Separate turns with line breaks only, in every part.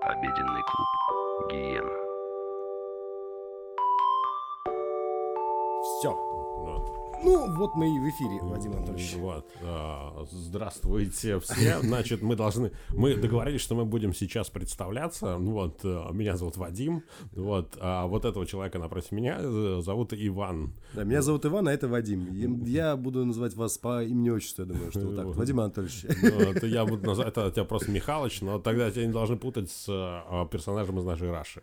Обеденный клуб Гиена.
Все. Ну, вот мы и в эфире, Вадим Анатольевич.
Вот. а, Здравствуйте все. Значит, мы должны... Мы договорились, что мы будем сейчас представляться. Ну вот, а, меня зовут Вадим. Вот. А вот этого человека напротив меня э, зовут Иван.
Да, меня зовут Иван, а это Вадим. Им- Я буду называть вас по имени отчеству, я думаю, что вот так. вот. Вадим Анатольевич.
Ну, это я буду называть... Это тебя просто Михалыч, но тогда тебя не должны путать с а, персонажем из нашей Раши.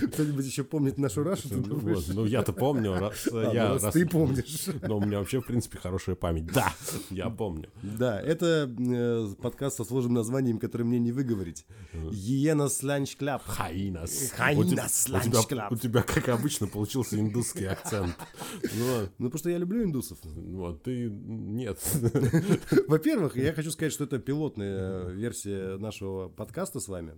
Кто-нибудь еще помнит нашу Рашу? ты думаешь?
Вот. Ну, я-то помню. раз, э,
А,
я,
ну, раз
раз-
ты помнишь.
Но у меня вообще, в принципе, хорошая память. Да, я помню.
Да, это э, подкаст со сложным названием, который мне не выговорить. Иена Сланч Кляп.
Хаинас.
Хаинас,
У тебя- у тебя-
ланчклаб.
У тебя, как обычно, получился индусский акцент. Ну,
Ну, потому что я люблю индусов.
Вот, ты... Нет.
Во-первых, я хочу сказать, что это пилотная э, версия нашего подкаста с вами,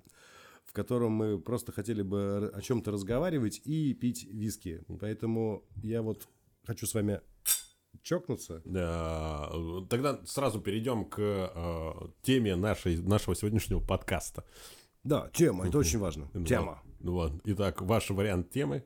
в котором мы просто хотели бы р- о чем-то разговаривать и пить виски. Поэтому я вот хочу с вами чокнуться.
Да, Э, Тогда сразу перейдем к э, теме нашей, нашего сегодняшнего подкаста.
Да, тема, это очень важно.
Вот.
Тема.
Вот. Итак, ваш вариант темы.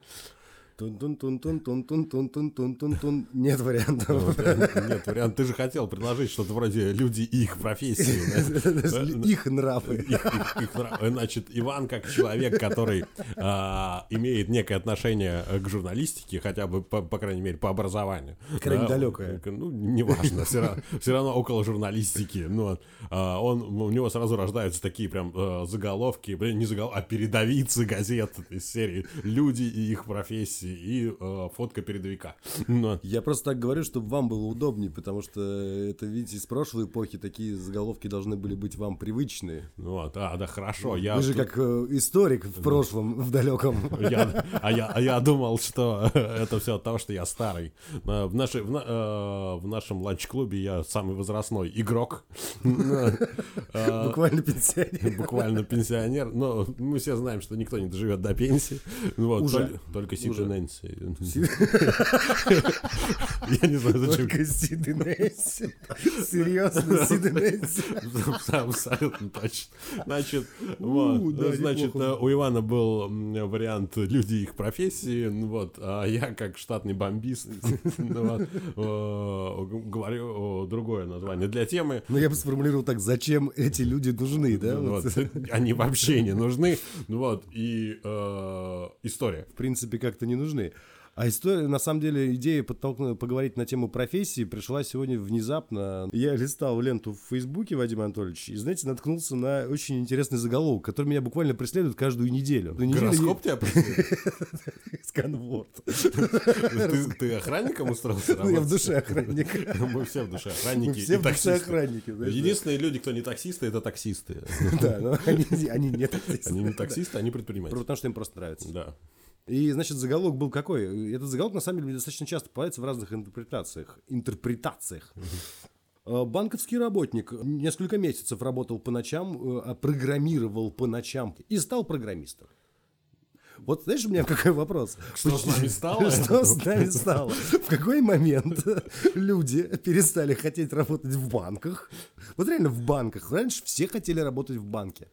Тун-тун-тун-тун-тун-тун-тун-тун-тун. Нет
Вот,
вариантов.
э, Нет, вариант. Ты же хотел предложить что-то вроде люди и их профессии. да? ну,
Их нравы.
Их- их- их нрав- Значит, Иван, как человек, который а, имеет некое отношение э, к журналистике, хотя бы, по, по крайней мере, по образованию.
Крайне
да,
далёкое.
к- Ну, неважно, все равно, около журналистики. Ну, вот, а, он, у него сразу рождаются такие прям э, заголовки, блин, не заголовки, а передовицы газет из серии «Люди и их профессии» и э, фотка передовика. Ну, вот.
Я просто так говорю, чтобы вам было удобнее, потому что это, видите, из прошлой эпохи такие заголовки должны были быть вам привычные.
Ну вот, а, да, хорошо. Я
Вы же
тут-
как э, историк в прошлом, в далеком.
Я- а, я, а я думал, что это все от того, что я старый. Э, В, нашей, в, на- э, в нашем ланч-клубе я самый возрастной игрок. Э,
Буквально пенсионер.
Буквально пенсионер. Но мы все знаем, что никто не доживет до пенсии. Вот,
Уже.
тол- Только Сиджи
Уже.
Нэнси. Я не знаю, зачем.
Только Сид и Нэнси. Серьезно, Сид и Нэнси.
Абсолютно точно. Значит,
У,
вот,
да,
значит,
неплохо.
э, у Ивана был м, вариант люди и их профессии, ну вот, а я как штатный бомбист ну вот, э, г- говорю э, другое название для темы.
Ну, я бы сформулировал так, зачем эти люди нужны, да?
Ну
Вот.
вот, Они вообще не нужны. Ну вот, и э, история.
В принципе, как-то не нужны. А история, на самом деле, идея подтолкну- поговорить на тему профессии пришла сегодня внезапно. Я листал ленту в Фейсбуке, Вадим Анатольевич, и, знаете, наткнулся на очень интересный заголовок, который меня буквально преследует каждую неделю. Ну, неделю
Гороскоп тебя преследует?
не- Сканворд.
Ты- Ты охранником устроился?
Ну, я в
работать?
душе охранник.
Мы все в душе
Мы
охранники
Все
и
в душе
таксисты.
охранники. знаешь,
Единственные люди, кто не таксисты, это таксисты.
Да, но они, они не таксисты.
Они не таксисты, они
Про-
предприниматели.
Потому что им просто нравится.
Да.
И, значит, заголовок был какой? Этот заголовок, на самом деле, достаточно часто появляется в разных интерпретациях. Интерпретациях. Э, Банковский работник несколько месяцев работал по ночам, э, а программировал по ночам и стал программистом. Вот знаешь, у меня какой вопрос?
Что с нами стало?
Что с нами стало? В какой момент люди перестали хотеть работать в банках? Вот реально в банках. Раньше все хотели работать в банке.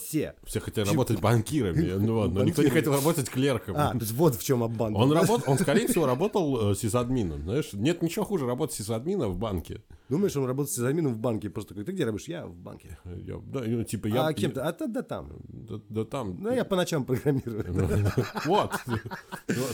Все.
Все хотели работать банкирами, ну ладно, но никто не хотел работать клерком.
А, то есть вот в чем обман.
Он, работ... он, скорее всего, работал э, сисадмином, знаешь? Нет ничего хуже работать сисадмина в банке.
Думаешь, он работает с админом в банке? Просто такой, ты где работаешь? Я в банке.
Я- да, ну, типа я...
а кем ты? А да, да там.
Да, да там...
Ну, я по ночам программирую.
Вот. Ну,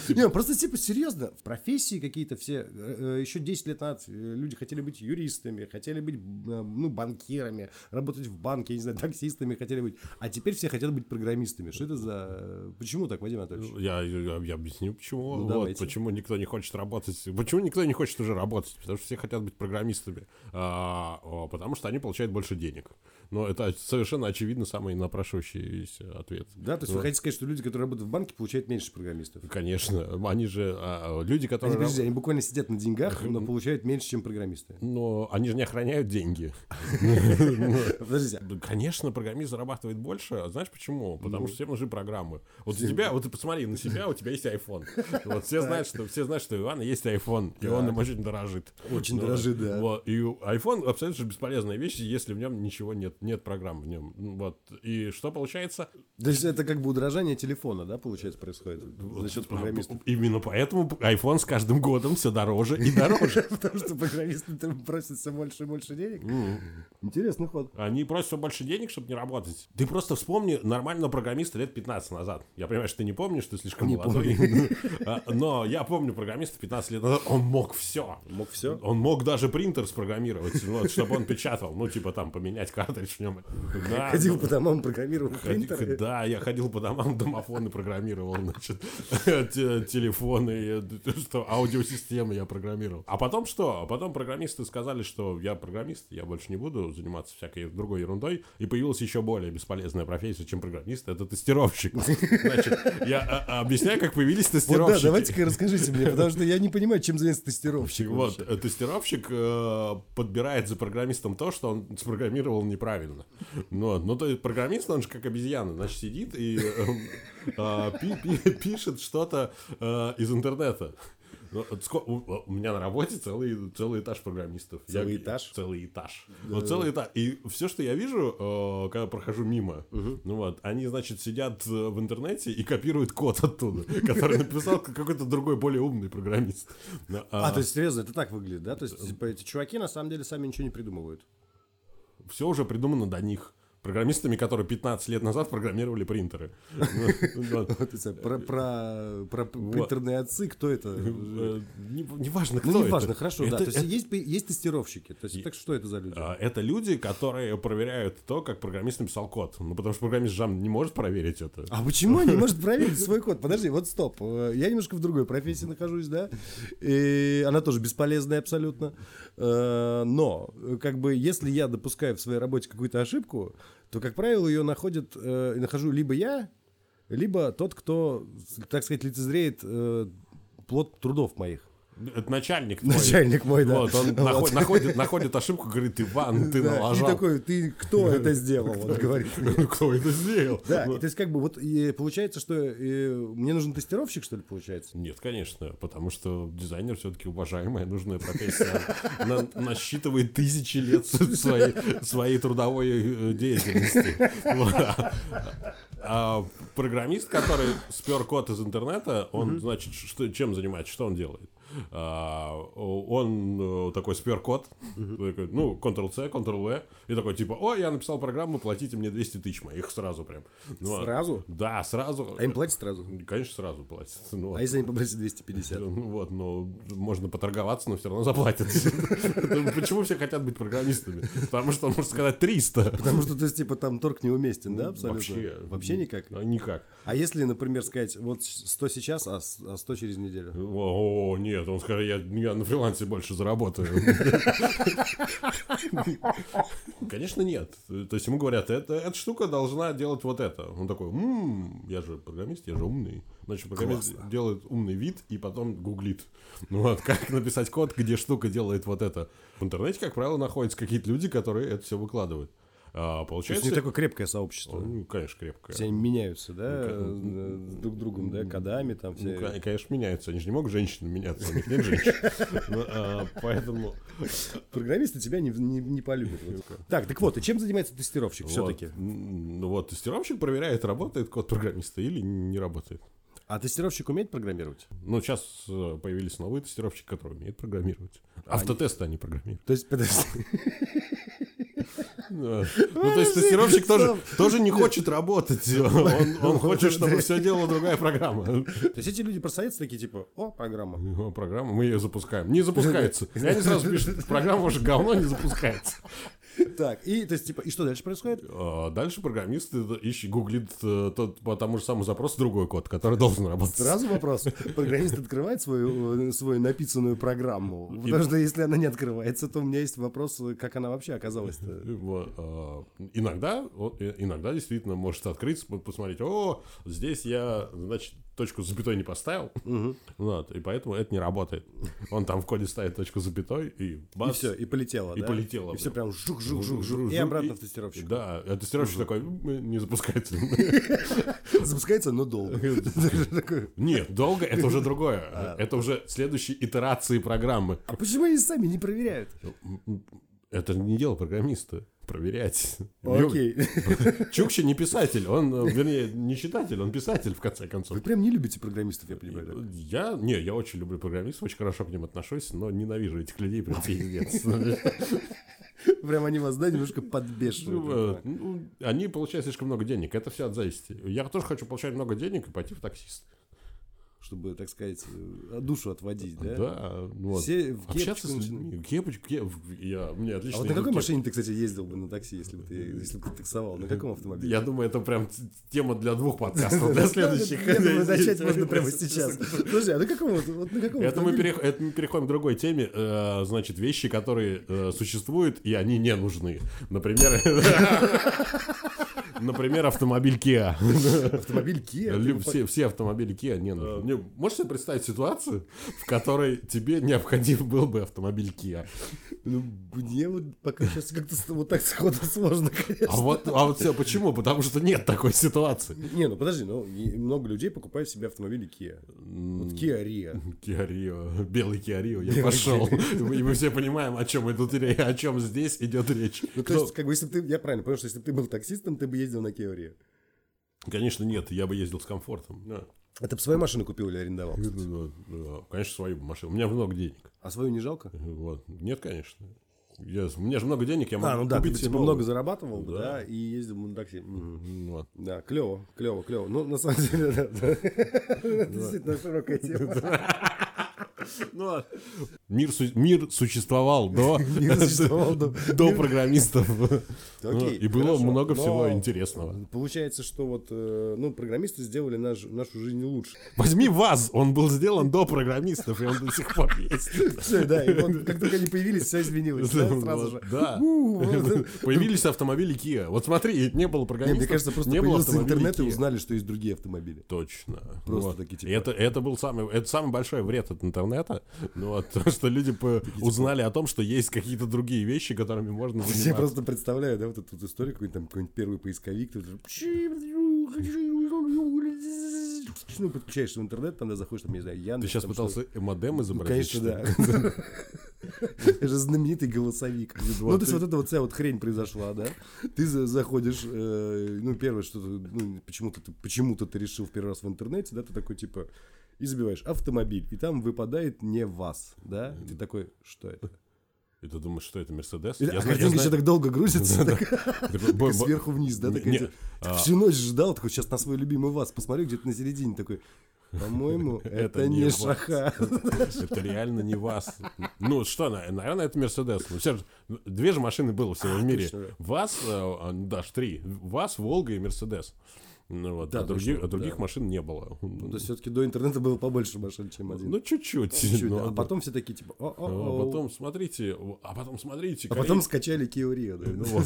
типа,
Не, просто типа серьезно, в профессии какие-то все, э, э, еще 10 лет назад э, люди хотели быть юристами, хотели быть, э, ну, банкирами, работать в банке, я не знаю, таксистами хотели быть. А теперь все хотят быть программистами. Что это за... Почему так, Вадим Анатольевич?
Я, я- я объясню, почему.
Ну,
Вот,
давайте.
почему никто не хочет работать. Почему никто не хочет уже работать? Потому что все хотят быть программистами. А, о, потому что они получают больше денег. Но это оч- совершенно очевидно самый напрашивающий здесь э, ответ.
Да, то есть вы хотите сказать, что люди, которые работают в банке, получают меньше программистов?
Конечно, они же а, люди,
Они,
которые... раб-
подожди, они буквально сидят на деньгах, но получают меньше, чем программисты.
Но они же не охраняют деньги.
Подождите,
Да, Конечно, программист зарабатывает больше. А Знаешь почему? Потому что всем нужны программы. Вот у тебя, вот ты посмотри на себя, у тебя есть iPhone. Вот все знают, что все знают, что у Ивана есть iPhone, и он им очень дорожит.
Очень
Ну,
дорожит, да.
Вот. И у- iPhone абсолютно же бесполезная вещь, если в нем ничего нет, нет программ в нем. Ну, Вот. И что получается?
то есть это как бы удорожание телефона, да, получается, происходит за
А,
счет программистов?
Именно поэтому iPhone с каждым годом все дороже и дороже.
Потому что программисты там просят все больше и больше денег.
Ну,
Интересный ход.
Они просят все больше денег, чтобы не работать. Ты просто вспомни нормального программиста лет 15 назад. Я понимаю, что ты не помнишь, ты слишком молодой. А, Но я помню программиста 15 лет назад. Он мог все.
Мог все?
Он мог даже принтер спрограммировать, вот, чтобы он печатал. Ну, типа там поменять картридж в нем. Да,
Ходил
ну,
по домам, программировал
ходи-
принтеры.
Да, я ходил по домам, домофоны программировал, значит, те- телефоны, э, что, аудиосистемы я программировал. А потом что? А Потом программисты сказали, что я программист, я больше не буду заниматься всякой другой ерундой. И появилась еще более бесполезная профессия, чем программист, это тестировщик. Значит, я а, а, объясняю, как появились
Вот да,
тестировщики.
давайте-ка расскажите мне, потому что я не понимаю, чем занимается тестировщик.
Вот,
вообще.
э, тестировщик э, подбирает за программистом то, что он спрограммировал неправильно. Ну, вот. ну то есть программист, он же как обезьяна, значит, сидит и э, э, пи- пи- пишет что-то э, из интернета. Ну, вот ско- У у меня на работе целый, целый этаж программистов. Я-
Целый этаж?
Целый этаж. Вот целый этаж. И все, что я вижу, э, когда прохожу мимо, ну вот, они, значит, сидят э, в интернете и копируют код оттуда, который написал какой-то другой, более умный программист. Ну,
А, то есть, серьезно, это так выглядит, да? То есть,
Э,
типа, эти чуваки на самом деле сами ничего не придумывают.
все уже придумано до них. Программистами, которые 15 лет назад программировали принтеры. Ну, вот.
Вот это Про, про, про принтерные отцы, кто это?
Э, не- Неважно, кто
Ну,
это.
неважно, хорошо, да.
Это- э
То есть, есть, пи- есть тестировщики. То есть, так что это за люди?
А, Это люди, которые проверяют то, как программист написал код. Ну, потому что программист Жан не может проверить это.
А почему они может проверить свой код? Подожди, вот стоп. Э, Я немножко в другой профессии нахожусь, да? И она тоже бесполезная абсолютно. Э, Но, э, как бы, если я допускаю в своей работе какую-то ошибку, то, как правило, ее находят, э, и нахожу либо я, либо тот, кто, так сказать, лицезреет э, плод трудов моих.
Это начальник твой.
Начальник мой, да.
Вот, он
Вот.
наход- находит, находит ошибку, говорит, Иван, ты
Да, И
налажал.
такой, ты кто это сделал? Он говорит.
Кто это сделал?
Да,
Вот.
и то есть как бы вот и получается, что э, мне нужен тестировщик, что ли, получается?
Нет, конечно, потому что дизайнер все-таки уважаемая, нужная профессия. Она насчитывает тысячи лет своей, своей трудовой э, деятельности. Вот. А программист, который спер код из интернета, он, значит, что, чем занимается, что он делает? А, он э, такой спер код, такой, ну, Ctrl-C, Ctrl-V, и такой типа, о, я написал программу, платите мне 200 тысяч моих сразу прям. Ну, а-
Сразу?
Да, сразу.
А им платят сразу?
Конечно, сразу платят. Ну,
А если они попросят 250?
ну вот, но можно поторговаться, но все равно заплатят. Ну, Почему все хотят быть программистами? Потому что он может сказать 300.
Потому что, то есть, типа, там торг неуместен, да, абсолютно?
Ну, Вообще.
никак?
А, Никак.
А если, например, сказать, вот 100 сейчас, а с- а 100 через
Ну,
неделю?
О, о, нет, он скажет, я, я на фрилансе больше заработаю. Конечно, нет. То есть ему говорят, это, эта штука должна делать вот это. Он такой, «М, я же программист, я же умный. Значит, программист делает умный вид и потом гуглит. Ну вот, как написать код, где штука делает вот это. В интернете, как правило, находятся какие-то люди, которые это все выкладывают. А,
То есть,
получается...
не такое крепкое сообство. То
Ну, конечно, крепкое.
есть, они меняются, да, э, друг другом, да, кодами там
Ну,
все. Э,
кон- конечно, меняются. Они же не могут женщины меняться. У них нет женщин. Ну, а, Поэтому...
Программисты тебя не, не, не полюбят. вот. Так, так вот, и чем занимается тестировщик все-таки?
Вот, м, ну вот, тестировщик проверяет, работает код программиста или не работает.
А тестировщик умеет программировать?
Ну, сейчас э, появились новые тестировщики, которые умеют программировать. Автотесты А они программируют.
То есть, подожди.
Да. Ну, то есть тестировщик тоже, тоже не хочет работать. Он, он хочет, чтобы все делала другая программа.
То есть, эти люди просадятся такие, типа, о, программа.
Ну, Программа, мы ее запускаем. Не запускается. И они сразу пишут, программа уже говно не запускается.
Так, и, то есть, типа, и что дальше происходит?
А, Дальше программист ищет, гуглит э, тот по тому же самому запросу другой код, который должен работать.
Сразу вопрос. Программист открывает свою, э, свою написанную программу. Потому что если она не открывается, то у меня есть вопрос, э, как она вообще оказалась-то.
Во- а, Иногда, вот, э, иногда действительно может открыться, по- посмотреть, о, здесь я, значит, точку с запятой не поставил, вот, и поэтому это не работает. Он там в коде ставит точку с запятой, и
И
бац,
все, и полетело.
И
да?
полетело,
И все
прям.
прям жук-жук-жук-жук. И
Жу-
обратно в тестировщик.
Да, а тестировщик такой, «М, не запускается.
Запускается, но долго. Такой,
Нет, долго, это уже другое. Это уже следующие итерации программы.
А почему они сами не проверяют?
Это не дело программиста. Проверять.
Окей.
Чукча не писатель, он, э, вернее, не читатель, он писатель, в конце концов.
Вы прям не любите программистов, я понимаю. да?
Я, не, я очень люблю программистов, очень хорошо к ним отношусь, но ненавижу этих людей, прям пиздец.
Прям они вас, да, немножко подбешивают.
Ну, э, ну, Они получают слишком много денег, это все от зависти. Я тоже хочу получать много денег и пойти в таксист.
Чтобы, так сказать, э, душу отводить, да?
Да, вот.
Все в
Общаться
кепочку
с людьми. Кепочку, кеп- я, мне
А
отлично.
вот на
идут
какой
кепки.
машине ты, кстати, ездил бы на такси, если бы ты, если бы ты таксовал? На каком автомобиле?
Я думаю, это прям т- тема для двух подкастов, для следующих.
Я думаю, ну, начать можно прямо сейчас. Слушай, а на каком вот- вот на каком
Это мы,
автомобиле?
перех- это мы переходим к другой теме. Э, значит, вещи, которые э, существуют, и они не нужны. Например... Например, автомобиль Kia.
Автомобиль Kia.
Лю- Все, все автомобили Kia не нужны. Не, Можешь себе представить ситуацию, в которой тебе необходим был бы автомобиль Kia?
Ну, мне вот пока сейчас как-то с- вот так сходу сложно,
А
конечно.
вот, а вот все почему? Потому что нет такой ситуации.
Не, ну подожди, ну и много людей покупают себе автомобили Kia. Вот Kia Rio.
Kia Rio, белый Kia Rio, я пошел. И мы все понимаем, о чем идут ре- о чем здесь идет речь.
Ну, то
Кто-
есть, как бы, если бы ты, я правильно понял, что если бы ты был таксистом, ты бы ездил на Kia Rio.
Ну, Конечно, нет, я бы ездил с комфортом. да.
А ты бы свою машину купил или арендовал?
Ну, да, Конечно, свою бы машину. У меня много денег.
А свою не жалко?
Вот. Нет, конечно. Я, у меня же много денег, я могу
А, ну да, ты
купить
бы,
себе
типа,
новую.
много зарабатывал, бы, да,
Да.
и ездил бы на такси. Мгм.
М, ну вот.
Да, клево, клево, клево. Ну, на самом деле, да, да. Это действительно широкая тема.
Ну, а мир, су- мир существовал до,
Мир существовал до-
до программистов. Ну,
Окей,
И было
хорошо,
много
но-
всего интересного.
Получается, что вот, э, ну, программисты сделали наш- нашу жизнь лучше.
Возьми ВАЗ, он был сделан до программистов, и он до сих пор есть.
Всё, да, и вот как только они появились, все изменилось, да, сразу же.
Да.
У, вот.
Появились автомобили Kia. Вот смотри, не было программистов,
Нет, мне кажется, просто
не было
появился
автомобилей
интернет и
Kia.
узнали, что есть другие автомобили.
Точно.
Просто
Вот.
такие, типа-
это, это был самый, это самый большой вред от интернета. Ну, вот, то, что люди по-
типа,
узнали о том, что есть какие-то другие вещи, которыми можно
Я
заниматься.
просто представляю, да, вот эту вот историю, какой-нибудь там какой-нибудь первый поисковик, ты уже ну, подключаешься в интернет, там да, заходишь, там, я не знаю, Яндекс.
Ты сейчас
там
пытался модем изобразить?
ну, Конечно,
что ли?
да. Это же знаменитый голосовик. Ну, то есть вот эта вот вся вот хрень произошла, да? Ты за- заходишь, э, ну, первое, что ты, ну, почему-то ты, почему-то ты решил в первый раз в интернете, да, ты такой, типа, и забиваешь автомобиль, и там выпадает не вас, да? Ты такой, что это?
И ты думаешь, что это Мерседес?
А картинка еще так долго грузится, такая,
типа, Бо- бо-
сверху вниз, да?
Не-
такая,
не,
типа, ты
а.
Всю ночь ждал, такой, сейчас на свой любимый вас посмотрю, где-то на середине такой, по-моему, это не
«ВАЗ».
шаха.
Это реально не вас. Ну что, на- наверное, это Мерседес. Ну, все же, две же машины было всего в мире.
А, Точно, да.
Вас, э, а, даже три. Вас, Волга и Мерседес. Ну, вот,
Да,
а других,
точно,
а других
да.
машин не было.
Ну, То есть все-таки до интернета было побольше машин, чем один.
Ну, чуть-чуть.
Чуть-чуть,
Ну,
да. А
да.
потом все такие типа, о
А
о
потом смотрите, а потом смотрите.
а потом скачали Kia Rio, да.
корейцы, ну, вот,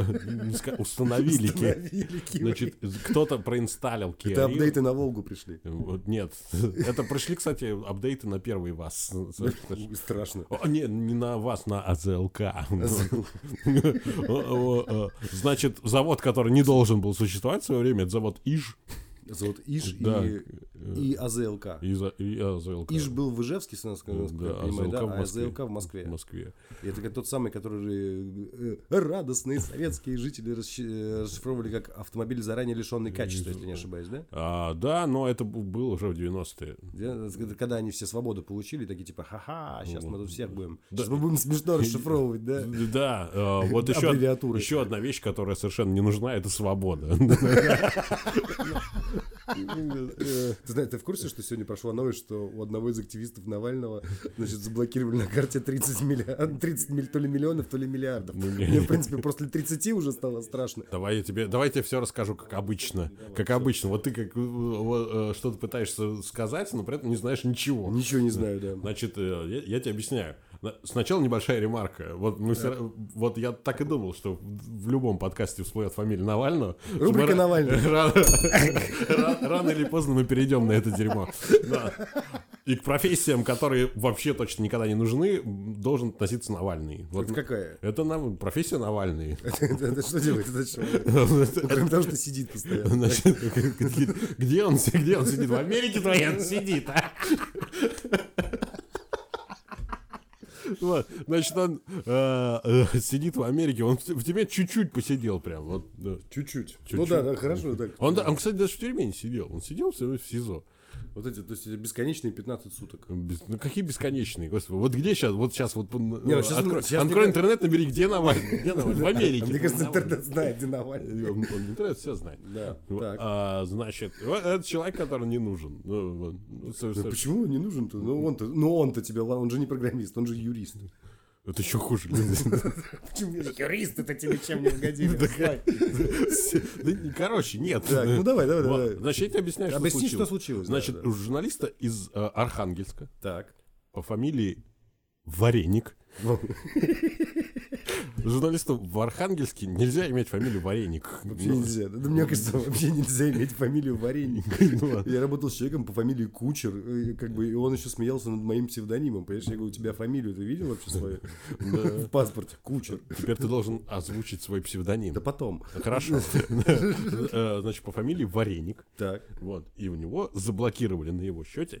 то, не ска- установили Kia.
Установили Kia
Значит, кто-то проинсталил Kia.
Это
Rio.
апдейты на Волгу пришли.
Вот, нет. Это пришли, кстати, апдейты на первый вас. э,
Ой, Страшно.
О, не, не на вас, на А АЗЛК.
А
О, о, о. Значит, завод, который не должен был существовать в свое время, это завод ИЖ
Вот Иш
Да.
и и А АЗЛК.
и, за- э, и А АЗЛК.
Иж был в Ижевске, насколько насколько я
Да,
понимаю, да,
АЗЛК в
а
Москве.
АЗЛК в
в
Москве.
Москве.
И Это как тот самый, который э, э, радостные советские жители расщи- э, расшифровывали как автомобиль, заранее
Э,
лишенный качества, если не ошибаюсь, да?
А, да, но это бу- было уже в 90-е.
Где- это э, Когда они все свободу получили, такие типа, ха-ха, сейчас мы тут всех будем, сейчас мы будем смешно расшифровывать, да?
Да, э, вот еще,
Аббревиатуры.
еще одна вещь, которая совершенно не нужна, это свобода.
Ты знаешь, Э, ты в курсе, что сегодня прошла новость, что у одного из активистов Навального, значит, заблокировали на карте 30 миллиардов, 30 миль- то ли миллионов, то ли миллиардов. Мне, в принципе, после 30 уже стало страшно.
Давай я тебе, давай я тебе все расскажу, как обычно. Как обычно. Вот ты как э, вот, э, что-то пытаешься сказать, но при этом не знаешь ничего.
Ничего не знаю, да.
Значит, э, я, я тебе объясняю. На- Сначала небольшая ремарка. Вот, мы все ра- вот я так и думал, что в в любом подкасте всплывет фамилия Навального.
Рубрика
Чтобы ра-
«Навальный».
Рано, ра- рано или поздно мы перейдем на это дерьмо. Да. И к профессиям, которые вообще точно никогда не нужны, должен относиться Навальный. Вот
Это какая?
Это нам профессия Навальный.
Это Что делает этот человек? Ну, Кроме того, что сидит постоянно.
Значит, где, где он, си- где он сидит? В Америке твоей он сидит, а? Вот, значит, он э, э, сидит в Америке, он в в тебе чуть-чуть посидел прям. Вот, да.
Чуть-чуть. Ну
Чуть-чуть.
да, да, хорошо, так.
он, да- он, кстати, даже в тюрьме не сидел. Он сидел всё в СИЗО.
Вот эти, то есть эти бесконечные 15 суток.
Без- ну какие бесконечные, господи. Вот где сейчас, вот сейчас, вот
ну,
э,
щас-
открой,
щас-
открой интернет, набери, где Навальный? Где Навальный? В Америке.
Мне кажется,
Навальный.
интернет знает, где Навальный.
Э, Он, он интернет все знает.
Да,
Вот,
так.
а, значит, вот этот человек, который не нужен. Ну, вот, ну, со- со-
Почему он не нужен-то? Ну он-то, ну он-то тебе, ла- он же не программист, он же юрист.
Это еще хуже. Да
Почему юристы-то тебе чем не угодили?
не- Короче, нет.
Так, ну давай, давай,
Вот,
давай.
Значит, я тебе объясняю, что
Объясни,
случилось.
что случилось, да,
Значит,
да.
у журналиста из э, Архангельска
Так.
по фамилии Вареник. Журналисту в Архангельске нельзя иметь фамилию Вареник.
Вообще нельзя. Да, мне кажется, вообще нельзя иметь фамилию Вареник.
Ну, ладно.
Я работал с человеком по фамилии Кучер, и как бы и он еще смеялся над моим псевдонимом. Понимаешь, я говорю, у тебя фамилию ты видел вообще свою? В паспорте. Кучер.
Теперь ты должен озвучить свой псевдоним.
Да потом.
Хорошо. Э, Значит, по фамилии Вареник.
Так.
Вот. И у него заблокировали на его счете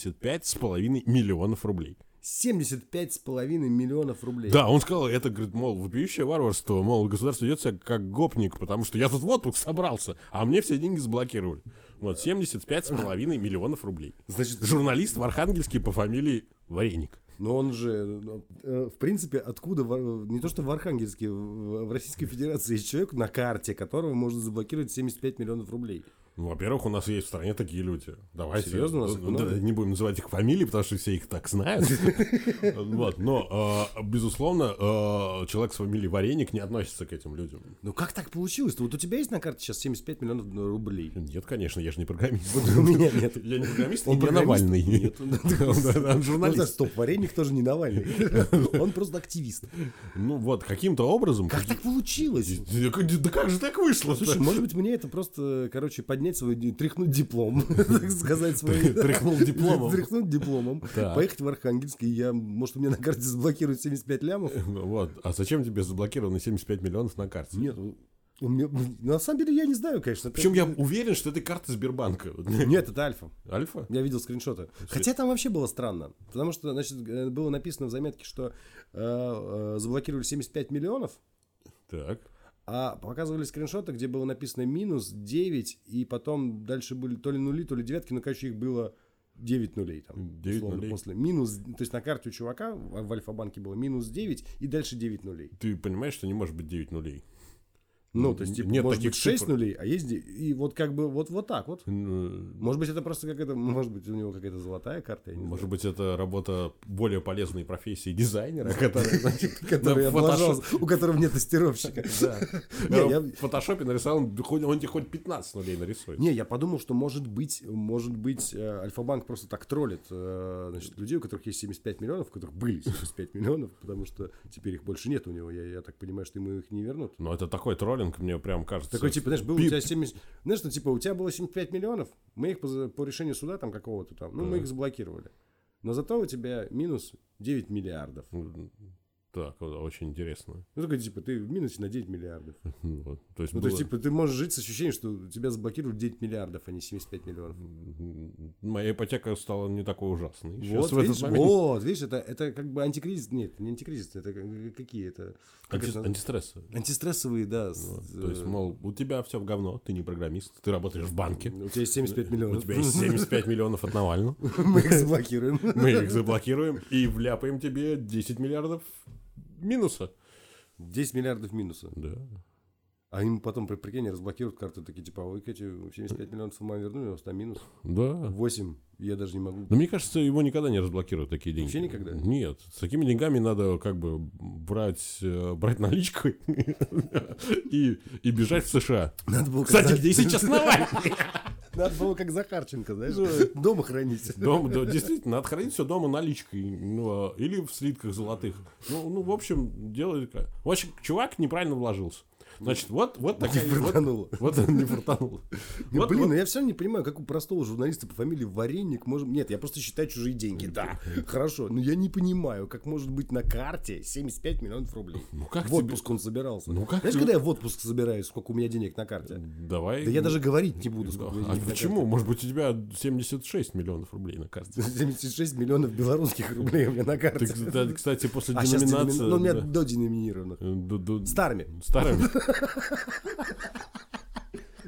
75,5 миллионов рублей.
75,5 миллионов рублей.
Да, он сказал, это, говорит, мол, вопиющее варварство, мол, государство идет себя как гопник, потому что я тут в отпуск собрался, а мне все деньги заблокировали. Вот, 75,5 миллионов рублей.
Значит,
Журналист в Архангельске по фамилии Вареник.
Но он же, ну, э, в принципе, откуда, в- не то что в Архангельске, в в Российской Федерации есть человек на карте, которого можно заблокировать 75 миллионов рублей.
Ну, во-первых, у нас есть в стране такие люди. Давайте.
Серьезно, у нас их
Ну, да,
много?
не будем называть их фамилии, потому что все их так знают. Вот, но, э, безусловно, э, человек с фамилией Вареник не относится к этим людям.
Ну как так получилось-то? Вот у тебя есть на карте сейчас 75 миллионов рублей?
Нет, конечно, я же не программист.
Вот у меня нет.
Я не программист, и
Он
не
программист?
Навальный.
Нет, он-
Он
Ну, да,
журналист.
стоп, Вареник тоже не Навальный. Он просто активист.
Ну вот, каким-то образом...
Как так получилось?
Да как- да как же так вышло?
Слушай, может быть, мне это просто, короче, поднять свой, ди- тряхнуть диплом, так сказать, свой...
Тряхнул дипломом.
Тряхнуть дипломом,
Так.
поехать в Архангельск, и я, может, у меня на карте заблокируют 75 лямов,
Вот, а зачем тебе заблокированы 75 миллионов на карте?
Нет, ну, у меня- на самом деле я не знаю, конечно.
Причем я
Это-
уверен, что это карта Сбербанка.
Нет, это Альфа.
Альфа?
Я видел скриншоты. Хотя там вообще было странно. Потому что, значит, э, было написано в заметке, что э, э, заблокировали 75 миллионов,
Так.
а показывали скриншоты, где было написано минус 9, и потом дальше были то ли нули, то ли девятки, ну, короче, их было 9 нулей там.
Девять
условно,
нулей.
После. Минус, то есть на карте у чувака в в Альфа-банке было минус 9 и дальше 9 нулей.
Ты понимаешь, что не может быть 9 нулей?
Ну, то есть, типа,
Нет
может
таких
быть 6
цифр.
нулей, а есть... де- И вот как бы вот, вот так вот.
Ну,
Может быть, это просто какая-то, может быть, у него какая-то золотая карта, я не
Может быть, это работа более полезной профессии дизайнера, которая, значит,
знаю, который
на фотошоп-
облажался, у которого нет тестировщика.
Да. Ну,
Не, я-
В фотошопе нарисовал, он хоть- он тебе хоть 15 нулей нарисует.
Не, я подумал, что может быть, может быть, э, Альфа-банк просто так троллит э, значит, людей, у которых есть 75 миллионов, у которых были 75 миллионов, потому что теперь их больше нет у него. Я, я так понимаю, что ему их не вернут.
Но «Ну, это такой троллинг, мне прям кажется.
Такой, типа, знаешь, был у
Пи-
тебя 70... Знаешь, ну, типа, у тебя было 75 миллионов, мы их по, за- по решению суда там какого-то там, ну, мы их заблокировали. Но зато у тебя минус 9 миллиардов.
Так, вот, очень интересно.
Ну, такой, типа, ты в минусе на 9 миллиардов.
Ну, вот, То есть,
Ну, то есть,
было-
типа, ты можешь жить с ощущением, что тебя заблокировали 9 миллиардов, а не 75 миллионов.
м, моя ипотека стала не такой ужасной. Сейчас
Вот,
в этот
видишь,
момент-
вот, видишь, это, это как бы антикризис, нет, не антикризис, это как- какие это? как
Анти-
это наз-
Антистрессы.
Антистрессовые, да. с- э,
То есть, мол, у тебя все в говно, ты не программист, ты работаешь в банке,
У тебя есть 75
Ну, у
миллионов.
тебя есть 75 миллионов от Навального,
Мы их заблокируем.
мы их заблокируем и вляпаем тебе 10 миллиардов минуса.
10 миллиардов минуса.
Да.
А им потом, при- прикинь, разблокируют карту, такие типа, вы эти 75 миллионов вам вернули, у вас там минус
Да.
8, я даже не могу.
Но мне кажется, его никогда не разблокируют такие деньги.
Вообще никогда?
Нет. С такими деньгами надо как бы брать, э, брать наличкой и, и бежать в США.
Надо было, как
Кстати,
За-
где сейчас Навальный?
Надо было как Захарченко, знаешь, дома хранить.
Дом, да, действительно, надо хранить все дома наличкой. Ну, а, или в слитках золотых. Ну, ну, в общем, делает... как- В общем, чувак неправильно вложился. Значит, вот, вот такая... Вот,
Протонуло.
вот он не фартанул.
Ну,
Вот-
блин,
вот-
ну я все равно не понимаю, как у простого журналиста по фамилии Вареник может... Нет, я просто считаю чужие деньги, да. Хорошо, но я не понимаю, как может быть на карте 75 миллионов рублей.
Ну, как
в отпуск он собирался.
Ну, как
Знаешь,
тебе-
когда я в отпуск собираюсь, сколько у меня денег на карте?
Давай...
Да я даже говорить не буду, сколько у меня
А
денег на
почему? Может быть, у тебя 76 миллионов рублей на карте.
карте. 76 миллионов белорусских рублей у меня на карте.
Ты, кстати, кстати, после
А сейчас
деноминации...
Ну, у меня
да. Ну,
до деноминированных.
Ду- ду-
Старыми.
Старыми.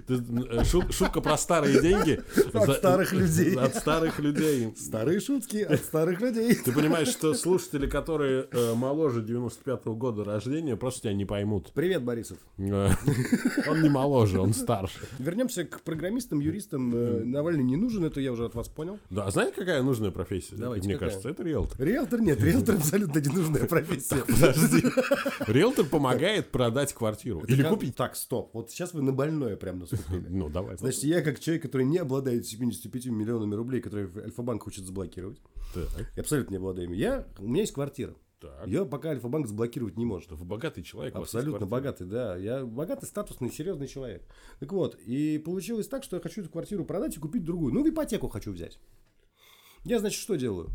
Ты, э, шу- Шутка про старые деньги.
От
За-
старых людей.
От старых людей.
Старые шутки от старых людей.
Ты понимаешь, что слушатели, которые э, моложе 95-го года рождения, просто тебя не поймут.
Привет, Борисов.
Э, Он не моложе, он старше.
Вернемся к программистам, юристам. Э, Навальный не нужен, это я уже от вас понял.
Да, а знаете, какая нужная профессия?
Давайте,
Мне
какая?
кажется, это риэлтор.
Риэлтор нет, риэлтор абсолютно ненужная профессия.
Подожди. Риэлтор помогает продать квартиру. Или
Так,
купить.
Так, стоп. Вот сейчас вы на больное прям наступили.
Ну, давай.
Значит, я как человек, который не обладает 75 миллионами рублей, которые Альфа-банк хочет заблокировать.
Так,
Я абсолютно не обладаю ими. Я, у меня есть квартира.
так.
Ее пока Альфа-банк заблокировать не может.
Вы богатый человек. у вас есть
Абсолютно
квартира.
богатый, да. Я богатый, статусный, серьезный человек. Так вот, и получилось так, что я хочу эту квартиру продать и купить другую. Ну, в ипотеку хочу взять. Я, значит, что делаю?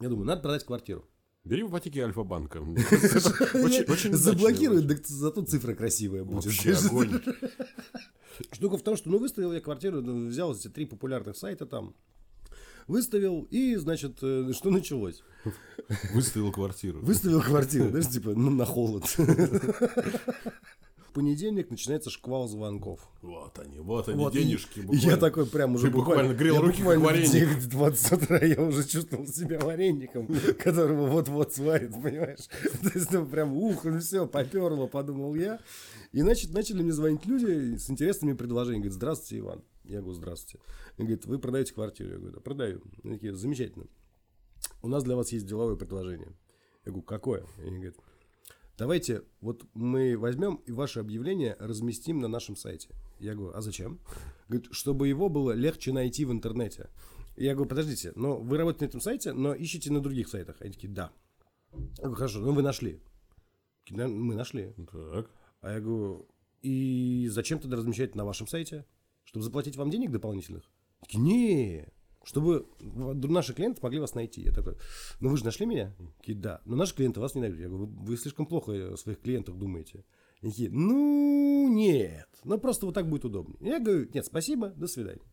Я думаю, надо продать квартиру.
Бери в ипотеке Альфа-банка. Мне кажется, это очень- очень удачный
Заблокируют,
вариант.
да зато цифра красивая будет.
Вообще огонь.
Штука в том, что ну выставил я квартиру, ну, взял эти три популярных сайта там, выставил и, значит, э, что началось?
Выставил квартиру.
Выставил квартиру, знаешь, типа, ну, на холод. В понедельник начинается шквал звонков.
Вот они, вот они,
Вот, и-
денежки.
и Я
буквально.
такой прям уже
Ты буквально грел
я
руки, как
буквально
вареник.
в 9:20 утра я уже чувствовал себя вареником, которого вот-вот сварит, понимаешь? То есть, ну, прям ух, ну все, поперло, подумал я. И значит, начали мне звонить люди с интересными предложениями. Говорят, здравствуйте, Иван. Я говорю, здравствуйте. Они говорят, вы продаете квартиру? Я говорю, да, продаю. Они такие, замечательно. У нас для вас есть деловое предложение. Я говорю, какое? И они говорят, давайте вот мы возьмем и ваше объявление разместим на нашем сайте. Я говорю, а зачем? Говорит, чтобы его было легче найти в интернете. Я говорю, подождите, но вы работаете на этом сайте, но ищете на других сайтах. Они такие, да. Я говорю, хорошо, ну вы нашли. Такие, «Да, Мы нашли.
Так.
А я говорю, и зачем тогда размещать на вашем сайте? Чтобы заплатить вам денег дополнительных? Такие, Не, чтобы в- наши клиенты могли вас найти. Я такой, ну вы же нашли меня? Такие, да. Но наши клиенты вас не найдут. Я говорю, вы, вы слишком плохо о своих клиентах думаете. Они такие, ну нет, ну просто вот так будет удобнее. Я говорю, нет, спасибо, до свидания.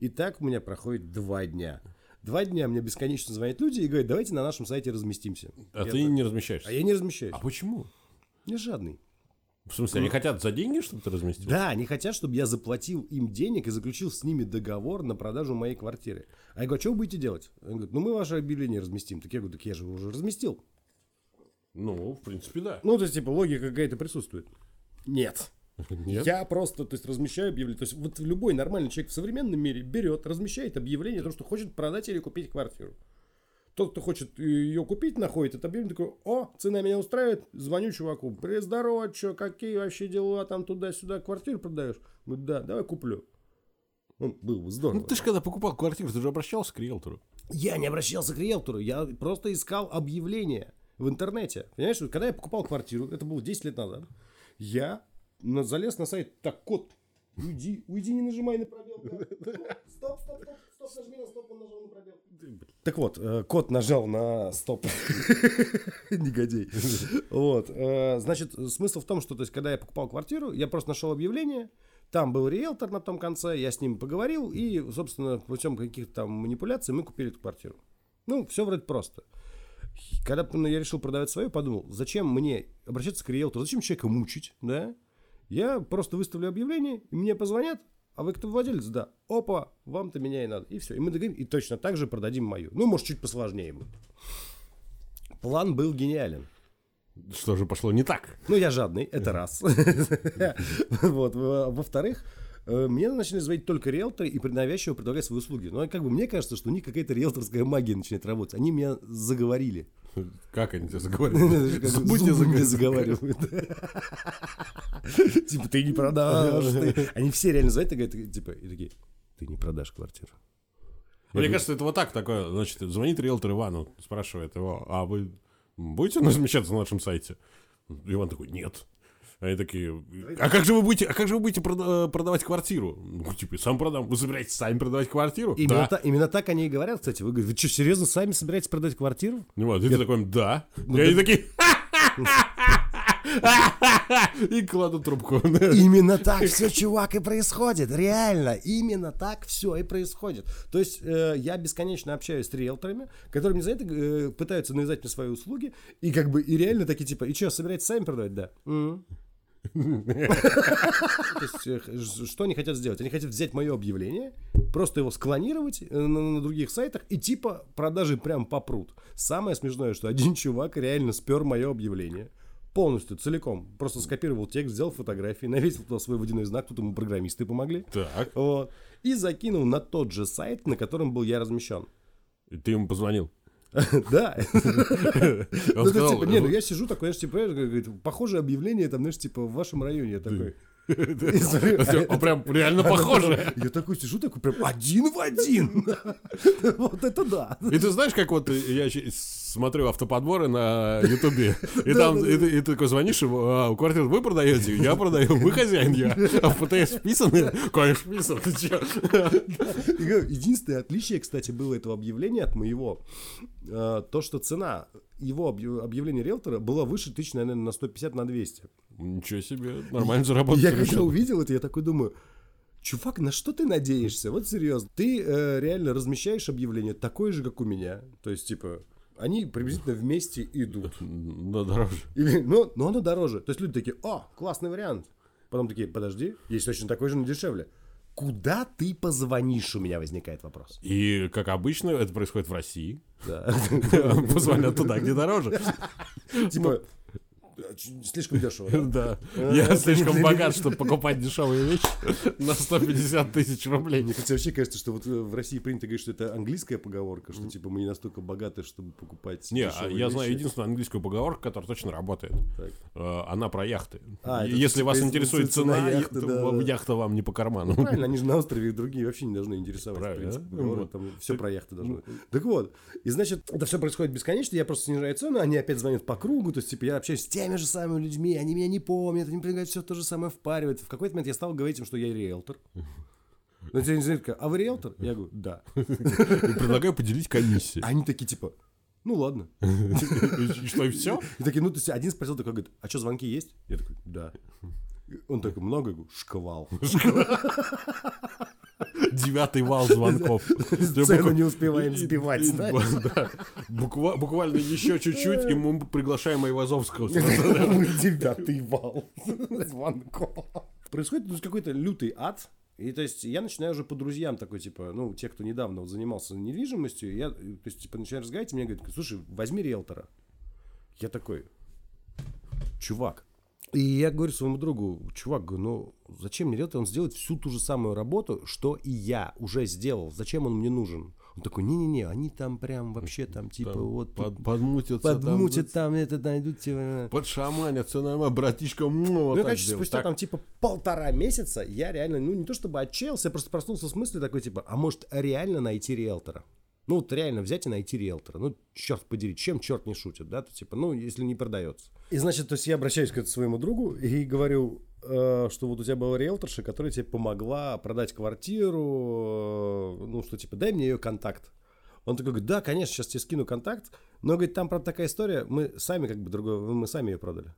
И так у меня проходит два дня. Два дня мне бесконечно звонят люди и говорят, давайте на нашем сайте разместимся.
А
Я
ты
так-
не
а
размещаешься.
я не размещаюсь.
А почему?
Я жадный.
В смысле, они хотят за деньги, чтобы ты разместил?
Да, они хотят, чтобы я заплатил им денег и заключил с ними договор на продажу моей квартиры. А я говорю, а что вы будете делать? Они говорят, ну мы ваше объявление разместим. Так я говорю, так я же его уже разместил.
Ну, в принципе, да.
Ну, то есть, типа, логика какая-то присутствует. Нет.
Нет.
Я просто, то есть, размещаю объявление. То есть, вот любой нормальный человек в современном мире берет, размещает объявление о том, что хочет продать или купить квартиру. Тот, кто хочет ее купить, находит это объявление, такой, о, цена меня устраивает, звоню чуваку, привет, здорово, что, какие вообще дела, там туда-сюда, квартиру продаешь? Говорит, да, давай куплю. Ну, было бы здорово.
Ну, ты же когда покупал квартиру, ты же обращался к риэлтору.
Я не обращался к риэлтору, я просто искал объявление в интернете. Понимаешь, вот когда я покупал квартиру, это было 10 лет назад, я на- залез на сайт «Так, кот, уйди, уйди, не нажимай на пробел». Стоп, стоп, стоп, стоп, нажми на стоп, он нажал на пробел. Так вот, э, кот нажал на стоп. Негодей. Вот, э, значит, смысл в том, что, то есть, когда я покупал квартиру, я просто нашел объявление, там был риэлтор на том конце, я с ним поговорил, и, собственно, путем каких-то там манипуляций мы купили эту квартиру. Ну, все вроде просто. Когда ну, я решил продавать свою, подумал, зачем мне обращаться к риэлтору, зачем человека мучить, да? Я просто выставлю объявление, и мне позвонят, а вы кто владелец? Да. Опа, вам-то меня и надо. И все. И мы договорим, и точно так же продадим мою. Ну, может, чуть посложнее будет. План был гениален.
Что же пошло не так?
Ну, я жадный, это раз. Вот. Во- Во-вторых, э, мне начали звонить только риэлторы и навязчиво предлагать свои услуги. Но как бы мне кажется, что у них какая-то риэлторская магия начинает работать. Они меня заговорили.
Как они тебя
Знаешь,
заговорили?
как зубы
Зубы тебе
мне
заговорили.
заговаривают. Типа, ты не продашь. ты». Они все реально звонят и говорят, типа, и такие, ты не продашь квартиру.
Мне кажется, это вот так такое. Значит, звонит риэлтор Ивану, спрашивает его, а вы будете размещаться на нашем сайте? Иван такой, нет. Они такие, а как же вы будете, а как же вы будете прода- продавать квартиру? Ну, типа, сам продам. Вы собираетесь сами продавать квартиру?
Именно,
да.
та- именно так они и говорят, кстати. Вы говорите, вы что, серьезно, сами собираетесь продать квартиру?
Ну вот, и ты такой, да.
Ну,
и они такие, и кладут трубку.
Именно так все, чувак, и происходит. Реально, именно так все и происходит. То есть э, я бесконечно общаюсь с риэлторами, которые мне за это э, пытаются навязать мне свои услуги. И как бы и реально такие типа, и что, собираетесь сами продавать? Да. Мгм. То есть, э, х- ж- что они хотят сделать? Они хотят взять мое объявление, просто его склонировать э, на, на других сайтах и типа продажи прям попрут. Самое смешное, что один чувак реально спер мое объявление. Полностью, целиком. Просто скопировал текст, сделал фотографии, навесил туда свой водяной знак, тут ему программисты помогли.
Так,
Вот. И закинул на тот же сайт, на котором был я размещен.
и ты ему позвонил.
Да.
Он
Ну, то есть,
сказал,
типа, не, ну я сижу такой, знаешь, типа, знаешь, говорит, похожее объявление, там, знаешь, типа, в вашем районе. Я такой, и смотрю,
«О, прям реально похоже.
Я такой сижу, такой прям один в один. Вот это да.
И ты знаешь, как вот э, я щ- смотрю автоподборы на Ютубе, и там и ты и ты такой звонишь, ему, а, у квартиры вы продаете, я продаю, вы хозяин, я. А в ПТС вписаны? Конечно, вписан, ты че?
И говорю, Единственное отличие, кстати, было этого объявления от моего, э, то, что цена его объ- объявления риэлтора была выше тысяч, наверное, на 150, на 200.
Ничего себе, нормально заработал.
Я когда увидел это, я такой думаю, чувак, на что ты надеешься? Вот серьезно. Ты э, реально размещаешь объявление такое же, как у меня. То есть, типа, они приблизительно вместе идут.
Да, дороже.
Или, ну, но оно дороже. То есть люди такие, о, классный вариант. Потом такие, подожди, есть точно такой же, но дешевле. Куда ты позвонишь, у меня возникает вопрос.
И, как обычно, это происходит в России.
Да.
Позвонят туда, где дороже.
Типа,
Ну,
э, ч- слишком дешево. да?
Да.
Э,
Я слишком богат, чтобы покупать дешевые вещи на 150 тысяч рублей.
Мне хотя вообще кажется, что вот э, в России принято говорить, что это английская поговорка, что типа мы не настолько богаты, чтобы покупать
Не, а
дешевые
я знаю
вещи.
единственную английскую поговорку, которая точно работает.
Так.
Э, Она про яхты.
А,
И
это
Если
типа
вас
из-
интересует
цена
цена,
яхты,
яхты,
да,
вам-
да.
яхта вам не по карману.
Правильно, они же на острове другие вообще не должны интересовать,
Правильно,
в принципе.
да?
поговорка,
Вот.
там все про яхты должно быть. Так вот, и значит, это все происходит бесконечно, я просто снижаю цену, они опять звонят по кругу, то есть, типа, я общаюсь с теми же самыми людьми, они меня не помнят, они предлагают все то же самое впаривать. В какой-то момент я стал говорить им, что я риэлтор. Но тебе не знают, а вы риэлтор? Я говорю, да.
Предлагаю поделить комиссии.
Они такие, типа, ну ладно.
И Что, и все?
И такие, ну, то есть, один спросил такой, говорит, а что, звонки есть? Я такой, да. Он такой, много? Я говорю, шквал.
Девятый вал звонков.
Цену не успеваем
И-
сбивать,
и-
знаешь?
да. Буква- Буквально еще чуть-чуть, и мы приглашаем Айвазовского.
Девятый вал звонков. Происходит ну, какой-то лютый ад. И то есть я начинаю уже по друзьям такой, типа, ну, те, кто недавно вот занимался недвижимостью, я, э, то есть, типа, начинаю разговаривать, и мне говорят, слушай, возьми риэлтора. Я такой, чувак. И я говорю своему другу, чувак, говорю, ну, зачем мне риэлтор, он сделает всю ту же самую работу, что и я уже сделал, зачем он мне нужен? Он такой, не-не-не, они там прям вообще там, типа, вот, тут
Под- Подмутятся. там,
подмутят там, это найдут, типа...
Подшаманят, все нормально, братишка. м, а
Ну,
вот
и,
так
короче,
сделай,
спустя
так.
там, типа, полтора месяца я реально, ну, не то чтобы отчаялся, я просто проснулся с мыслью такой, типа, а может, реально найти риэлтора? Ну, вот реально взять и найти риэлтора. Ну, черт подери, чем черт не шутит, да? То, типа, ну, если не продается. И, значит, то есть я обращаюсь к своему другу и говорю, э, что вот у тебя была риэлторша, которая тебе помогла продать квартиру, э, ну, что, типа, дай мне ее контакт. Он такой говорит, да, конечно, сейчас тебе скину контакт. Но, говорит, там, правда, такая история, мы сами как бы другой, мы сами ее продали.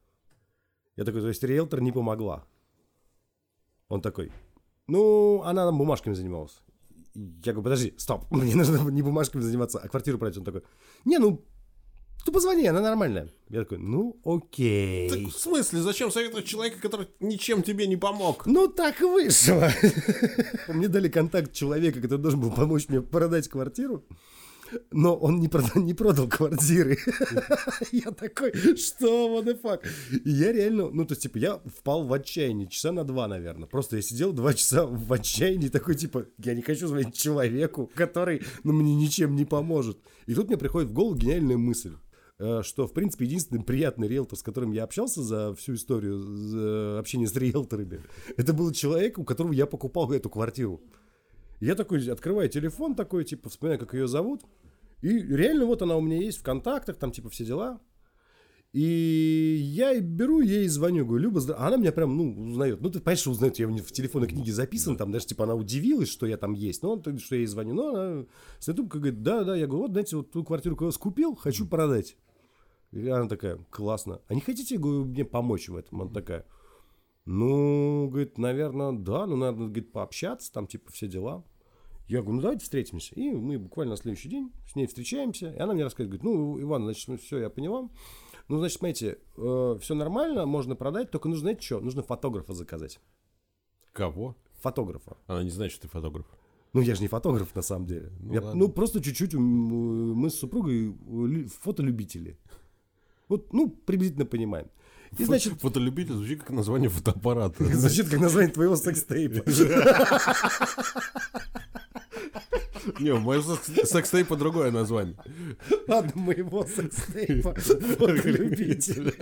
Я такой, то есть риэлтор не помогла. Он такой, ну, она нам бумажками занималась. Я говорю, подожди, стоп, мне нужно не бумажками заниматься, а квартиру продать. Он такой, не, ну, ты позвони, она нормальная. Я такой, ну, окей.
Так в смысле, зачем советовать человека, который ничем тебе не помог?
Ну, так вышло. Мне дали контакт человека, который должен был помочь мне продать квартиру. но он не продал, не продал квартиры. Я такой, что, what the fuck? И я реально, ну, то есть, типа, я впал в отчаяние, часа на два, наверное. Просто я сидел два часа в отчаянии, такой, типа, я не хочу звонить человеку, который, ну, мне ничем не поможет. И тут мне приходит в голову гениальная мысль э, что, в принципе, единственный приятный риэлтор, с которым я общался за всю историю за общения с риэлторами, это был человек, у которого я покупал эту квартиру. Я такой открываю телефон, такой, типа, вспоминаю, как ее зовут. И реально вот она у меня есть в контактах, там, типа, все дела. И я и беру ей звоню, говорю, Люба, здра- а она меня прям, ну, узнает. Ну, ты понимаешь, что узнает, я у неё в телефонной книге записан, там, даже, типа, она удивилась, что я там есть, но, то, что я ей звоню. Но она с этой трубкой говорит, да, да, я говорю, вот, знаете, вот ту квартиру, которую я скупил, хочу продать. И она такая, классно. А не хотите, говорю, мне помочь в этом? Она такая, ну, говорит, наверное, да, ну, надо, говорит, пообщаться, там, типа, все дела. Я говорю, ну, давайте встретимся. И мы буквально на следующий день с ней встречаемся. И она мне рассказывает, говорит, ну, Иван, значит, ну, все, я поняла. Ну, значит, смотрите, все нормально, можно продать, только нужно, знаете, что? Нужно фотографа заказать.
Кого?
Фотографа.
Она не знает, что ты фотограф.
Ну, я же не фотограф, на самом деле. Я- Ну,
ладно.
просто чуть-чуть м, э, мы с супругой э, лю- фотолюбители. Вот, ну, приблизительно понимаем. И, значит,
Фо- фотолюбитель звучит как название фотоаппарата.
звучит как название твоего секстейпа.
Не, у моего секс- секстейпа другое название.
Ладно, моего секстейпа. Фотолюбитель.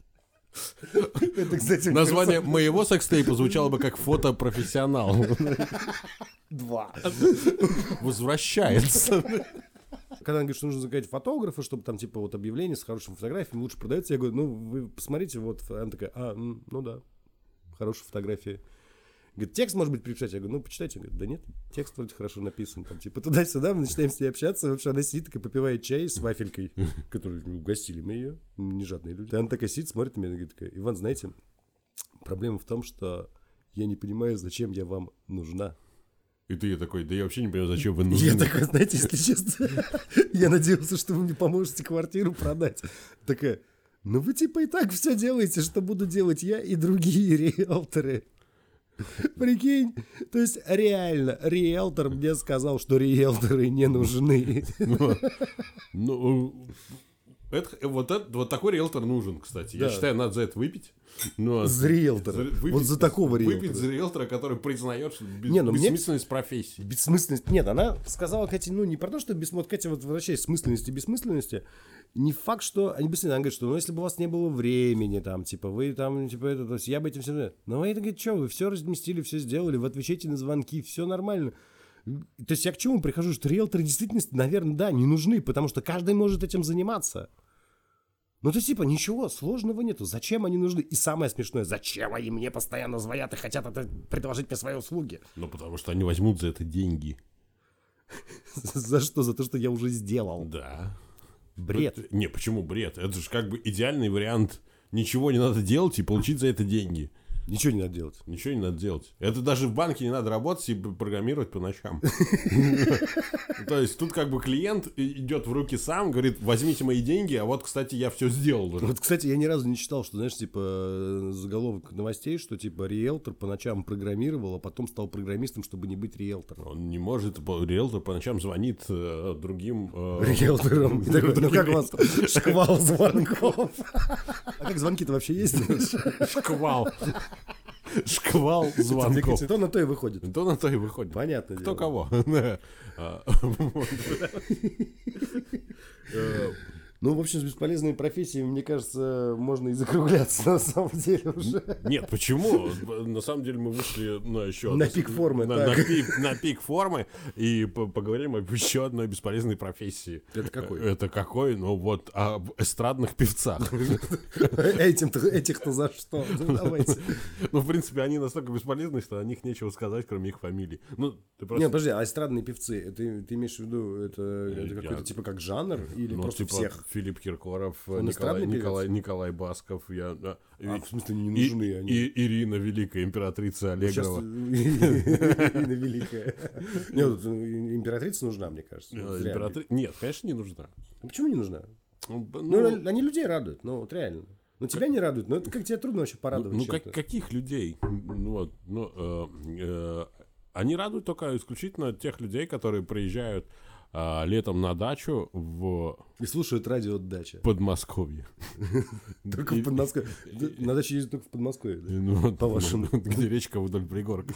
Это, кстати,
Название моего секстейпа звучало бы как фотопрофессионал.
два.
Возвращается.
Когда она говорит, что нужно заказать фотографа, чтобы там, типа, вот объявление с хорошими фотографиями лучше продается, я говорю, ну, вы посмотрите, вот. Она такая, а, м, ну да, хорошие фотографии. Говорит, текст, может быть, приписать? Я говорю, ну, почитайте. Она Говорит, да нет, текст вроде хорошо написан. Там, типа, туда-сюда, мы начинаем с ней общаться. В общем, она сидит такая, попивает чай с вафелькой, которую ну, угостили мы ее, не жадные люди. Она такая сидит, смотрит на меня, она говорит, такая, Иван, знаете, проблема в том, что я не понимаю, зачем я вам нужна.
И ты такой, да я вообще не понимаю, зачем вы
Я
нужны.
такой, знаете, если честно, я надеялся, что вы мне поможете квартиру продать. Такая, ну вы типа и так все делаете, что буду делать я и другие риэлторы. Прикинь, то есть реально, риэлтор мне сказал, что риэлторы не нужны.
Ну, э, это- вот, это- вот такой риэлтор нужен, кстати. Я
Да.
считаю, надо за это выпить. Но...
За риэлтора.
выпить-
Вот за такого
Выпить
риэлтора.
за риэлтора, который признает что бе-
Не, ну мне-
бессмысленность профессии.
Бессмысленность. Нет, она сказала Кате, ну не про то, что бессмысленность, Катя, вот возвращаясь к смысленности и бессмысленности, не факт, что они бессмысленны. Она говорит, что ну если бы у вас не было времени, там, типа, вы там, типа, это, то есть я бы этим все... Ну, а это говорит, что, вы все разместили, все сделали, вы отвечаете на звонки, все нормально. То есть я к чему прихожу, что риэлторы действительно, наверное, да, не нужны, потому что каждый может этим заниматься. Ну, то есть, типа, ничего сложного нету. Зачем они нужны? И самое смешное, зачем они мне постоянно звонят и хотят это- предложить мне свои услуги?
Ну, потому что они возьмут за это деньги.
За что? За то, что я уже сделал.
Да.
Бред.
Это- Не, почему бред? Это же как бы идеальный вариант. Ничего не надо делать и получить за это деньги.
Ничего не надо делать.
Ничего не надо делать. Это даже в банке не надо работать и б- программировать по ночам. То есть тут как бы клиент и- идет в руки сам, говорит, возьмите мои деньги, а вот, кстати, я все сделал. уже».
Вот, кстати, я ни разу не читал, что, знаешь, типа, э, заголовок новостей, что, типа, риэлтор по ночам программировал, а потом стал программистом, чтобы не быть риэлтором.
Он не может, по- риэлтор по ночам звонит э, другим... э,
Риэлтором. И такой, ну как у вас там шквал звонков? А как звонки-то вообще есть?
Шквал. Шквал звонков.
То на то и выходит.
То на то и выходит.
Понятно.
Кто кого. А, вот.
Ну, в общем, с бесполезными профессиями, мне кажется, можно и закругляться на самом деле уже.
Нет, почему? На самом деле мы вышли на еще
На
одну-
пик формы,
на,
так.
на пик, на пик формы и по- поговорим об еще одной бесполезной профессии.
Это какой?
Это какой? Ну вот об эстрадных певцах.
Э, Этим-то- Этих-то за что? Ну, давайте.
Ну в принципе они настолько бесполезны, что о них нечего сказать, кроме их фамилий. Ну ты
Нет,
просто Э,
подожди, а эстрадные певцы, э, ты, ты имеешь в виду, это, это
я-
какой-то типа как жанр или
ну,
просто
типа,
всех?
Филипп Киркоров,
Он
Николай,
эстрадный певец?
Николай, Николай Басков, я, да.
А,
И-
в смысле, не
и-
нужны они. Ну,
и Ирина Великая, императрица
Сейчас
Аллегрова.
Ирина Великая. Нет, вот, э, императрица нужна, мне кажется.
Э,
вот реально.
императри- Нет, конечно, не нужна.
А Почему не нужна?
Ну, б-
Ну,
ну,
они людей радуют, ну вот реально. Ну, тебя не радует, но это как тебе трудно вообще порадовать
Ну,
чем-то.
как, каких людей? Ну, вот, ну, э, э, они радуют только исключительно тех людей, которые приезжают э, а, летом на дачу в
И слушают радио «Дача».
Подмосковье.
Только
И-
в Подмосковье. Да, На даче ездят только в Подмосковье. да?
Ну, вот,
По-вашему.
Где речка вдоль пригорка.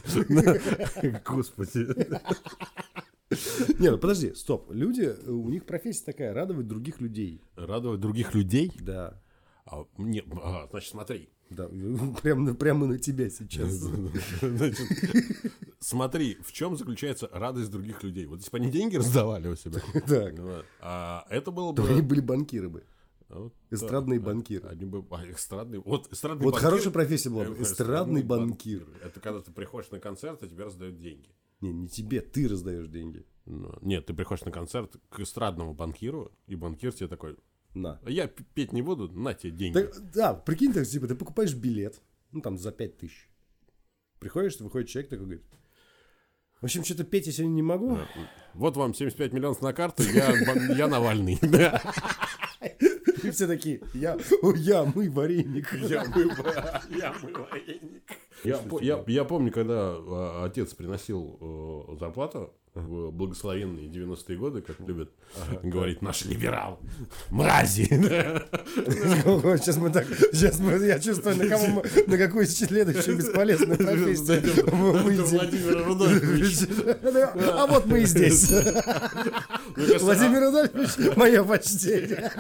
Господи.
Не, ну подожди, стоп. Люди, э, у них профессия такая, радовать других людей.
Радовать других людей?
Да.
А, нет, а, значит, смотри.
Да, прямо, на- прямо на тебя сейчас.
Значит, смотри, в чем заключается радость других людей? Вот если бы они деньги раздавали у себя,
Так.
ну, вот, а, это было
То они
бы...
были банкиры бы.
а, вот, да,
Эстрадные
а,
банкиры.
Они бы а, эстрадные... Вот эстрадный
Вот
Ну, банкир-
хорошая профессия была
э,
бы. Эстрадный банкир.
Это когда ты приходишь на концерт, и тебе раздают деньги.
Не, не тебе, ты раздаешь деньги.
Ну, Нет, ты приходишь на концерт к эстрадному банкиру, и банкир тебе такой,
На.
«А я п- петь не буду, на тебе деньги.
Так, да, прикинь, так, типа, ты покупаешь билет, ну, там, за пять тысяч. Приходишь, выходит человек такой, говорит, в общем, что-то петь я сегодня не могу.
Вот вам 75 миллионов на карту, я, бан- я Навальный. Да.
И все такие, я, о, я, мы, вареник.
Я мыла- я мыловенник. Я по- я- я помню, когда а, отец приносил э, зарплату в благословенные 90-е годы, как любят говорить наш либерал. Мрази! Да.
Сейчас мы так, сейчас мы, я чувствую, на, кого мы- на какую следующую бесполезную профессию мы
Это
выйдем.
Владимир Рудольфович.
А вот мы и здесь.
Мне кажется,
Владимир Рудольфович, мое почтение.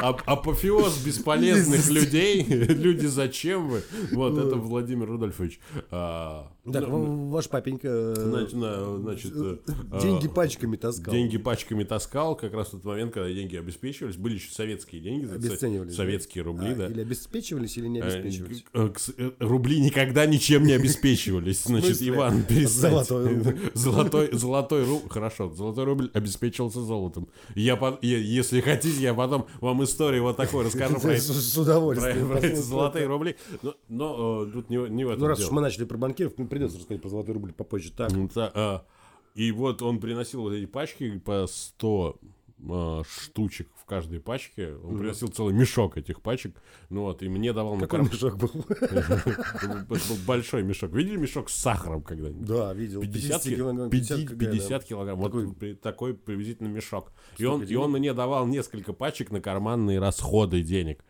а- а- Апофеоз бесполезных
Есть.
людей. Люди, зачем вы? Вот
Ну.
это Владимир Рудольфович. А,
Так,
ну,
ва- ваш папенька э,
значит, на- значит, э,
деньги
а,
пачками таскал.
Деньги пачками таскал, как раз в тот момент, когда деньги обеспечивались. Были еще советские деньги, за-
Обесценивались, да?
советские рубли,
А,
да.
Или обеспечивались, или не
Э,
обеспечивались.
э, к- э, Рубли никогда ничем не обеспечивались. Значит,
смысле?
Иван, перестань.
Ну, э, Золотой рубль.
Золотой, золотой рубль. Хорошо, золотой рубль обеспечивался золотом. Я, по- я- если хотите, я потом вам историю вот такой расскажу про эти-
С с
про-
удовольствием.
про эти золотые рубли. Но, но, э, тут не, не в этом
Ну, раз
дело.
уж мы начали про банкиров, ну, придется рассказать про золотой рубль попозже. Так,
Ну, та- а, и вот он приносил вот эти пачки по 100 а, штучек в каждой пачке. Он приносил целый мешок этих пачек. Ну вот, и мне давал на
какой
карман.
мешок был?
Это был большой мешок. Видели мешок с сахаром когда-нибудь?
Да, видел.
50,
50 килограмм. 50
50,
кг, да. А
килограмм. Вот
Такой-
при- такой приблизительно мешок. И он, и
денег?
он мне давал несколько пачек на карманные расходы денег.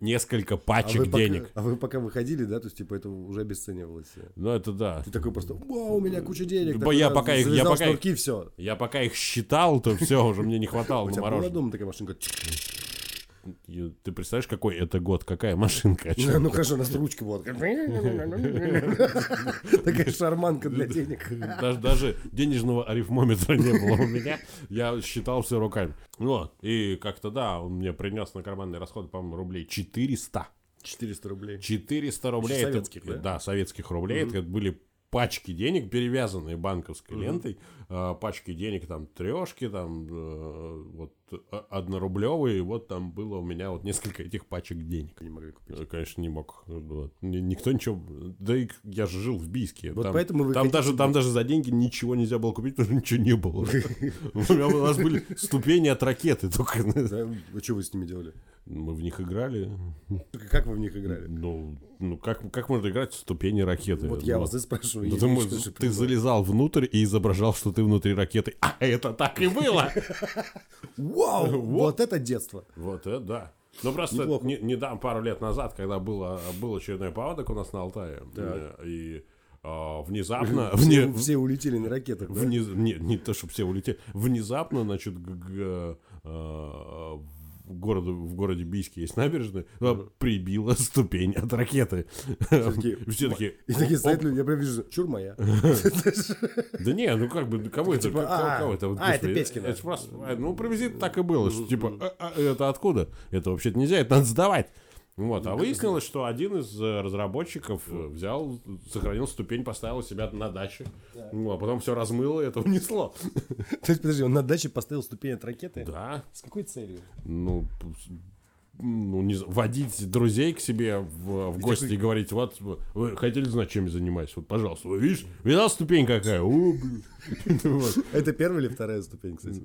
Несколько
А
пачек
вы пока-
денег.
А вы пока выходили, да, то есть, типа, это уже обесценивалось.
Ну, это да.
Ты такой просто, вау, у меня куча денег.
Да
Так,
я
да,
пока их- я
завязал
пока их-
шнурки, все.
Я пока их считал, то все, уже мне не хватало
У
на
тебя была
мороженое.
дома такая машинка?
И Ты представляешь, какой это год, какая машинка? о чём?
Ну хорошо, у нас ручка вот. Такая шарманка для денег.
Даже, даже денежного арифмометра не было у меня. Я считал все руками. Вот. И как-то, да, он мне принес на карманные расходы, по-моему, рублей 400.
400 рублей.
400 рублей. это-
советских, да?
советских рублей. Это были пачки денег, перевязанные банковской лентой. А, пачки денег, там, трешки, там, э, вот, а- однорублевые. Вот там было у меня вот несколько этих пачек денег.
Не могли купить.
Э, Конечно, не мог. Вот. Ни- Никто ничего... Да и я же жил в Бийске.
Вот
там,
поэтому вы
там,
хотите
даже, там даже за деньги ничего нельзя было купить, потому что ничего не было. У меня- у нас были ступени от ракеты только.
Да? А что вы с ними делали?
Мы в них играли.
Только Как вы в них играли?
Ну, ну как, как можно играть в ступени ракеты?
Вот я
Ну,
вас и спрашиваю.
ну,
я
ты,
не
мож-
слышу
ты
понимаю.
залезал внутрь и изображал, что ты внутри ракеты. А это так и было!
Вау! Вот это детство.
Вот это да. Ну просто
Неплохо.
не, не дам пару лет назад, когда было, был очередной паводок у нас на Алтае, э, и а, внезапно,
Все,
вне-
все улетели на ракетах, да?
вниз- не, не то чтобы все улетели, внезапно, значит, г- г- э, в городу- в городе Бийске есть набережная, а, прибила ступень от ракеты.
такие,
Все такие,
И такие
«Оп,
стоят люди, я прям вижу, чур моя.
Да не, ну как бы, ну кого это?
Типа,
как- кого-
а,
кого это? Вот,
а, это
господи,
Петькино.
это ж просто, а, ну, приблизительно так и было.
ну,
Что, типа, а, а, это откуда? Это вообще-то нельзя, это надо сдавать. Вот,
Ну,
а выяснилось, что один из э, разработчиков э, взял, сохранил ступень, поставил у себя на даче. Ну, а потом все размыло и это унесло.
То есть, подожди, он на даче поставил ступень от ракеты?
Да,
С какой целью?
ну, п- с- ну, не знаю, водить друзей к себе в, в гости и говорить, вот, вы хотели знать, чем я занимаюсь? Вот, пожалуйста, вы видишь, видал ступень какая? О, блин. Вот.
Это первая или вторая ступень, кстати?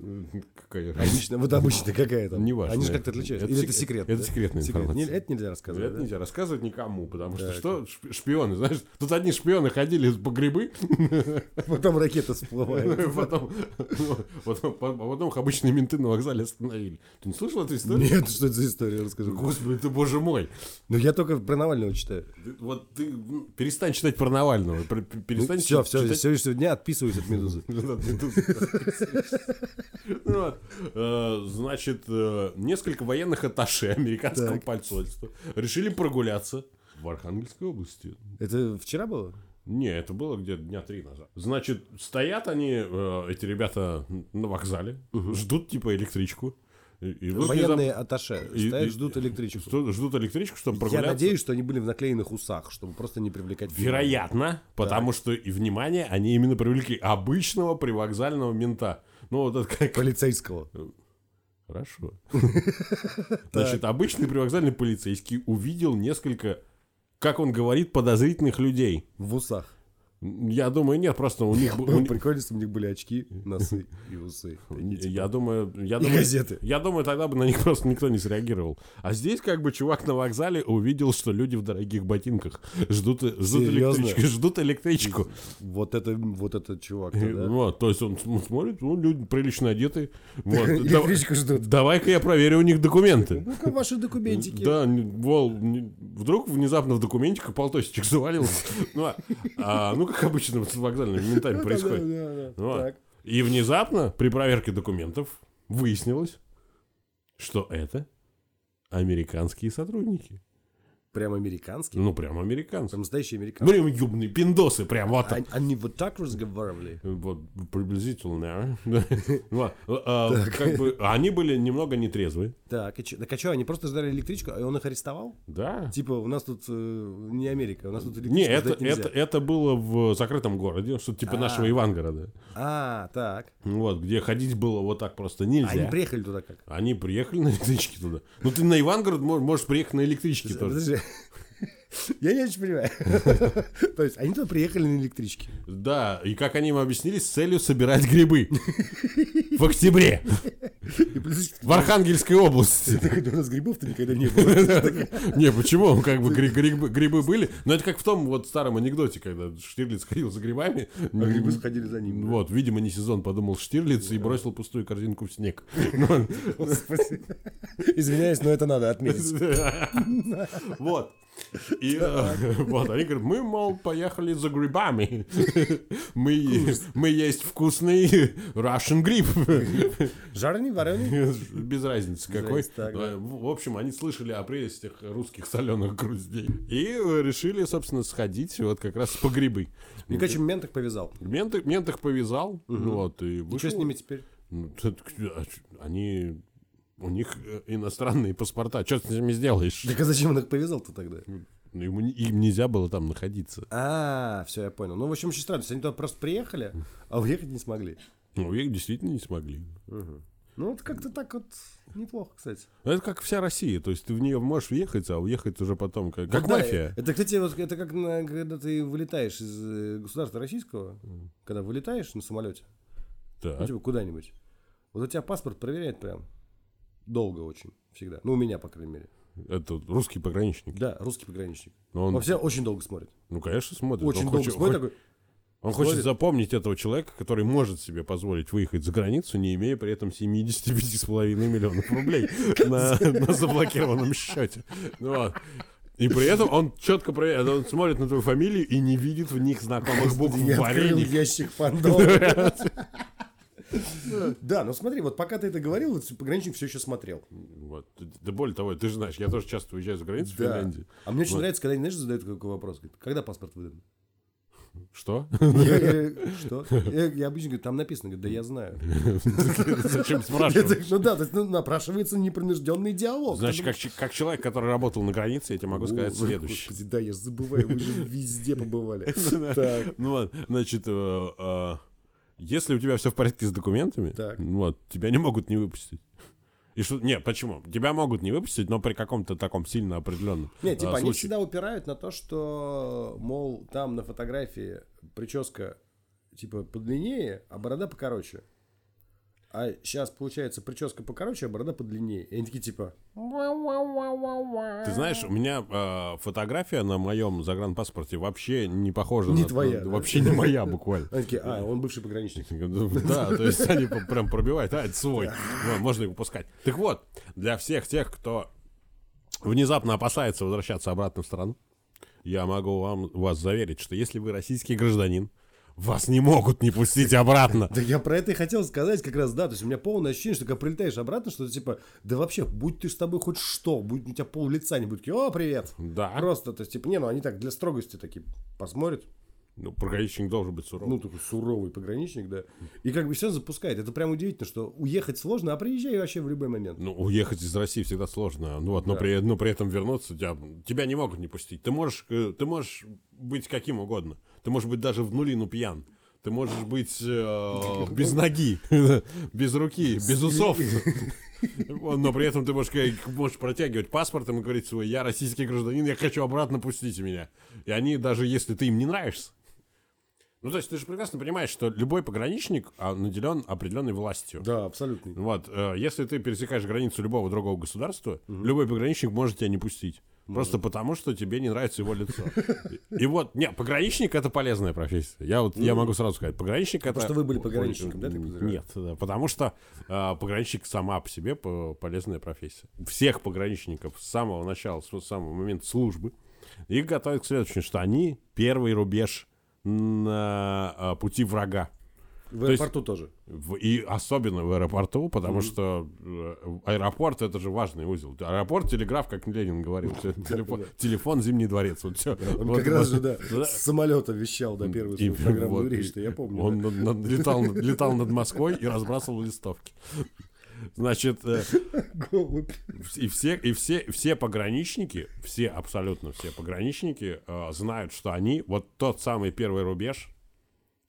Какая разница.
Обычно, вот обычно какая там? А
Неважно.
Они же как-то отличаются.
Это
Или
сек-
это секрет?
это
да?
секретная
Секрет.
информация.
Не- Это нельзя рассказывать.
Это
да?
нельзя рассказывать никому, потому что что шп- шпионы, знаешь, тут одни шпионы ходили по грибы,
Потом ракета всплывает.
потом, ну, потом, по- потом их обычные менты на вокзале остановили. Ты не слышал эту историю?
Нет, что это за история, расскажи.
Господи, ты боже мой!
Ну, я только про Навального читаю.
Ты- Вот ты м, перестань читать про Навального, пер-
Ну,
пер- перестань
все,
читать-
все,
читать-
сегодняшнего дня отписываюсь от «Медузы».
Ну вот, э, Значит, э, несколько военных атташе американского
Так.
посольства решили прогуляться в Архангельской области.
Это вчера было?
Не, это было где-то дня три назад. Значит, стоят они, э, эти ребята, на вокзале, ждут, типа, электричку. И- и вдруг
Военные
И-
атташе стоят,
Ну, и-
ждут
внезапно
электричку.
ждут- Ждут электричку, чтобы
Я
прогуляться.
надеюсь, что они были в наклеенных усах, чтобы просто не привлекать внимания.
Вероятно, потому что, и внимание, они именно привлекли обычного привокзального мента. Ну, вот это как...
полицейского.
Хорошо. Значит, обычный привокзальный полицейский увидел несколько, как он говорит, подозрительных людей.
В усах.
Я думаю, нет, просто у них... бу- у них-
Прикольно, если бы у них были очки, носы и усы.
Я думаю, я
типа. И
думаю,
газеты.
я думаю, тогда бы на них просто никто не среагировал. А здесь как бы чувак на вокзале увидел, что люди в дорогих ботинках ждут, ждут
Серьезно?
электричку, ждут электричку.
Вот это, вот это чувак,
И,
да?
Ну, вот, то есть он см- смотрит, ну, люди прилично одеты. Вот, да-
Электричку ждут.
Давай-ка я проверю у них документы.
Ну-ка, ваши документики.
Да, не- вол, не- вдруг внезапно в документиках полтосичек завалился. Ну, а- а, ну, как обычно с вокзальными ментами происходит. Ну, а. И внезапно при проверке документов выяснилось, что это американские сотрудники.
Прям американские.
Ну, прям американцы.
Прям настоящие американцы.
Блин, юбные пиндосы, прям вот так.
Они- Они вот так разговаривали.
Вот, приблизительно. а. Вот, а, Как бы они были немного нетрезвы.
Так, и чё- так а что, они просто ждали электричку, и он их арестовал?
Да.
Типа, у нас тут э, не Америка, у нас тут электричку
Не, это,
ждать нельзя.
это, это было в закрытом городе, что-то типа
А.
нашего Ивангорода.
А, так. А
Ну Вот, где ходить было вот так просто нельзя.
Они
Они,
приехали туда как?
приехали на электричке туда. Ну, ты на Ивангород мо- можешь приехать на электричке тоже.
Подожди. Я не очень понимаю. То есть, они туда приехали на электричке.
Да, и как они им объяснили, с целью собирать грибы. В октябре.
И плюс,
В Архангельской области.
так у нас грибов-то никогда не было.
Не, почему? Ну, Как бы гри- грибы, грибы были. Но это как в том вот старом анекдоте, когда Штирлиц ходил за грибами.
А грибы сходили за ним. да.
Вот, видимо, не сезон, подумал Штирлиц и бросил пустую корзинку в снег.
Господи. Извиняюсь, но это надо отметить.
Вот. И э, вот, они говорят, мы, мол, поехали за грибами. Мы, е- мы есть вкусный Russian гриб.
Жареный, вареный.
Без разницы какой.
разницы, так, да.
Э, В в общем, они слышали о прелестях русских соленых груздей. И э, решили, собственно, сходить вот как раз по грибы.
Ну, короче, мент их повязал.
Мент, их- мент их повязал. Вот, и
И что
вышел.
с ними теперь?
Ну, т- т- а ч- Они... У них э, иностранные паспорта. Что ты с ними сделаешь?
Так а зачем он их повязал-то тогда?
Ну, ему не- им нельзя было там находиться.
А, все, я понял. Ну, в общем, очень странно. То есть Они туда просто приехали, а уехать не смогли.
Ну, их действительно не смогли.
Ну, вот как-то так вот неплохо, кстати.
Ну, Это как вся Россия, то есть ты в нее можешь въехать, а уехать уже потом, как,
Вот
как
Ну, да,
мафия.
Это, кстати, вот это как на- когда ты вылетаешь из э, государства российского, когда вылетаешь на самолете,
Так.
ну, типа куда-нибудь. Вот у тебя паспорт проверяет прям долго очень всегда. Ну, у меня, по крайней мере.
Это вот русский пограничник.
Да, русский пограничник.
Но он-
Он всегда очень долго смотрит.
Ну, конечно, смотрит.
Очень
он
долго
хочет,
смотрит.
хо-
такой,
он хочет
смотрит.
запомнить этого человека, который может себе позволить выехать за границу, не имея при этом 75,5 миллионов рублей на, на заблокированном счете. Ну, вот. И при этом он четко проверяет, он смотрит на твою фамилию и не видит в них знакомых букв в
Я открыл
варенье.
ящик Пандоры. Да, ну смотри, вот пока ты это говорил, вот пограничник все еще смотрел.
Вот. Да более того, ты же знаешь, я тоже часто уезжаю за границу в
Да.
Финляндии.
А мне очень
Вот.
нравится, когда они, знаешь, задают какой вопрос. Говорит, Когда паспорт выдан?
Что?
Я- я- Что? Я я обычно говорю, там написано, говорит, да я знаю.
Зачем
Я
спрашивать?
так, Ну да, то есть ну, напрашивается непринужденный диалог.
Значит, как, че- как человек, который работал на границе, я тебе могу сказать
Ой,
следующее.
Господи, да, я же забываю, вы же везде побывали. Так.
Ну вот, значит, э, э, если у тебя все в порядке с документами,
Так.
ну вот, тебя не могут не выпустить. И что, нет, почему? Тебя могут не выпустить, но при каком-то таком сильно определенном
Нет, типа
а,
они
случае.
всегда упирают на то, что, мол, там на фотографии прическа типа подлиннее, а борода покороче. А сейчас получается прическа покороче, а борода подлиннее. И они такие типа,
Ты знаешь, у меня э, фотография на моем загранпаспорте вообще не похожа
Не
на...
твоя,
ну,
да?
Вообще не моя буквально.
они такие, а, он бывший пограничник.
Да, то есть они по- прям пробивают, а, это свой, Во, можно его пускать. Так вот, для всех тех, кто внезапно опасается возвращаться обратно в страну, я могу вам, вас заверить, что если вы российский гражданин, вас не могут не пустить обратно.
Да я про это и хотел сказать как раз, да. То есть у меня полное ощущение, что когда прилетаешь обратно, что ты типа, да вообще, будь ты с тобой хоть что, будь у тебя пол лица не будет. такие, О, привет.
Да,
Просто, то есть, типа, не, ну они так для строгости такие посмотрят.
ну, пограничник должен быть суровым.
Ну, такой суровый пограничник, да. И как бы все запускает. Это прям удивительно, что уехать сложно, а приезжай вообще в любой момент.
Ну, уехать из России всегда сложно. Ну вот, но,
Да.
при, но при этом вернуться тебя, тебя не могут не пустить. Ты можешь, э, ты можешь быть каким угодно. Ты можешь быть даже в нулину пьян. Ты можешь быть э, без ноги, без руки, без усов. Но при этом ты можешь, как- можешь протягивать паспортом и говорить свой, я российский гражданин, я хочу обратно, пустите меня. И они, даже если ты им не нравишься, ну, то есть ты же прекрасно понимаешь, что любой пограничник а, наделен определенной властью.
Да, абсолютно.
Вот, э, если ты пересекаешь границу любого другого государства, любой пограничник может тебя не пустить. Просто потому, что тебе не нравится его лицо. И вот, не, пограничник это полезная профессия. Я вот, я могу сразу сказать, пограничник это...
Ну, что вы были пограничником, да, ты подозреваешь?
Нет, да, потому что э, пограничник сама по себе по- полезная профессия. Всех пограничников с самого начала, с самого момента службы, их готовят к следующему, что они первый рубеж на э, пути врага.
В
есть-
аэропорту тоже.
В- и особенно в аэропорту, потому что э, аэропорт это же важный узел. Аэропорт, телеграф, как Ленин говорил. всё, телефон, телефон, Зимний дворец. Вот все.
Он как раз же, да, с самолета вещал, да, первую свою программную речь, я помню.
Он над- над- летал, летал над Москвой и разбрасывал листовки. Значит, э,
да. Голубь.
и все, и все, все пограничники, все абсолютно все пограничники э, знают, что они вот тот самый первый рубеж,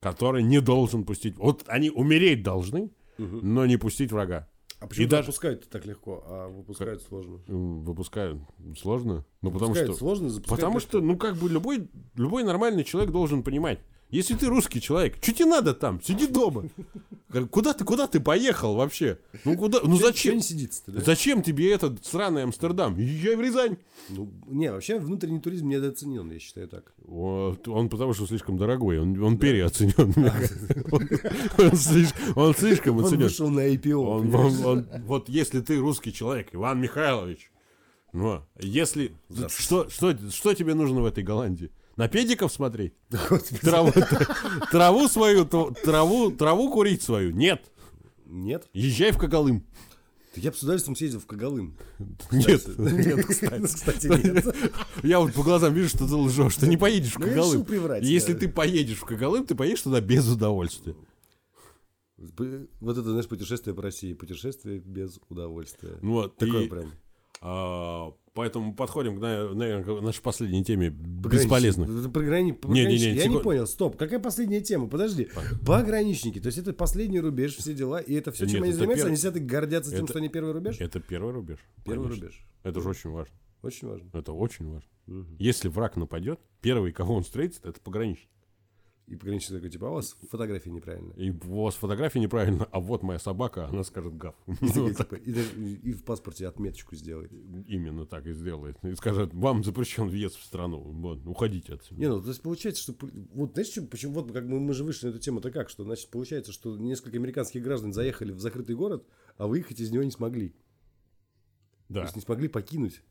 который не должен пустить. Вот они умереть должны, но не пустить врага.
А почему
даже-
выпускают-то так легко, а выпускают сложно?
М, Выпускают сложно, ну потому
Выпускают
что
сложно, запускают
потому
легко.
что ну как бы любой любой нормальный человек должен понимать. Если ты русский человек, что тебе надо там? Сиди дома. Как- Куда ты, куда ты поехал вообще? Ну куда, ну
Чё
зачем?
не сидится-то, да?
Зачем тебе этот сраный Амстердам? Езжай в Рязань.
Ну, не, вообще внутренний туризм недооценен, я считаю так.
Ну, Вот, Он потому что слишком дорогой, он, он переоценен. мне кажется. Он- он слишком- Он слишком
Он
оценен.
вышел на IPO.
Он- он- он- вот если ты русский человек, Иван Михайлович, ну, если что, что, что тебе нужно в этой Голландии? На педиков смотреть? Траву, траву свою, ту- траву, траву курить свою? Нет.
Нет?
Езжай в Когалым.
Я бы с удовольствием съездил в Кагалым.
Нет.
Нет, кстати. Кстати, нет.
Я вот по глазам вижу, что ты лжешь. Ты не поедешь в
Ну, я
Когалым.
решил приврать,
Если
да.
ты поедешь в Когалым, ты поедешь туда без удовольствия.
Вот это, знаешь, путешествие по России. Путешествие без удовольствия.
Ну Вот,
Такое
и,
прям.
а, поэтому подходим к, на- наверное, к нашей последней теме
Пограничники.
бесполезных.
Это пограни-
Не-не-не,
пограничники. Я не
секунду.
понял, стоп, какая последняя тема? Подожди. Пограничники, то есть это последний рубеж, все дела, и это все,
Нет,
чем они
это
занимаются,
первый.
они сидят и гордятся тем,
Это-
что они первый рубеж?
Это первый рубеж.
Первый
конечно.
рубеж.
Это же очень важно.
Очень важно.
Это очень важно. Если враг нападет, первый, кого он встретит, это пограничник.
И пограничник такой, типа, а у вас фотографии неправильные.
И у вас фотография неправильно, а вот моя собака, она скажет гав. Ну,
И такой, типа, И даже- и в паспорте отметочку сделает.
Именно так и сделает. И скажет, вам запрещен въезд в страну. Вот, уходите отсюда.
Не, ну, то есть получается, что... пу- Вот знаешь, чё- почему? Вот как мы, мы же вышли на эту тему-то как, что, значит, получается, что несколько американских граждан заехали в закрытый город, а выехать из него не смогли. То
Да.
есть не смогли покинуть.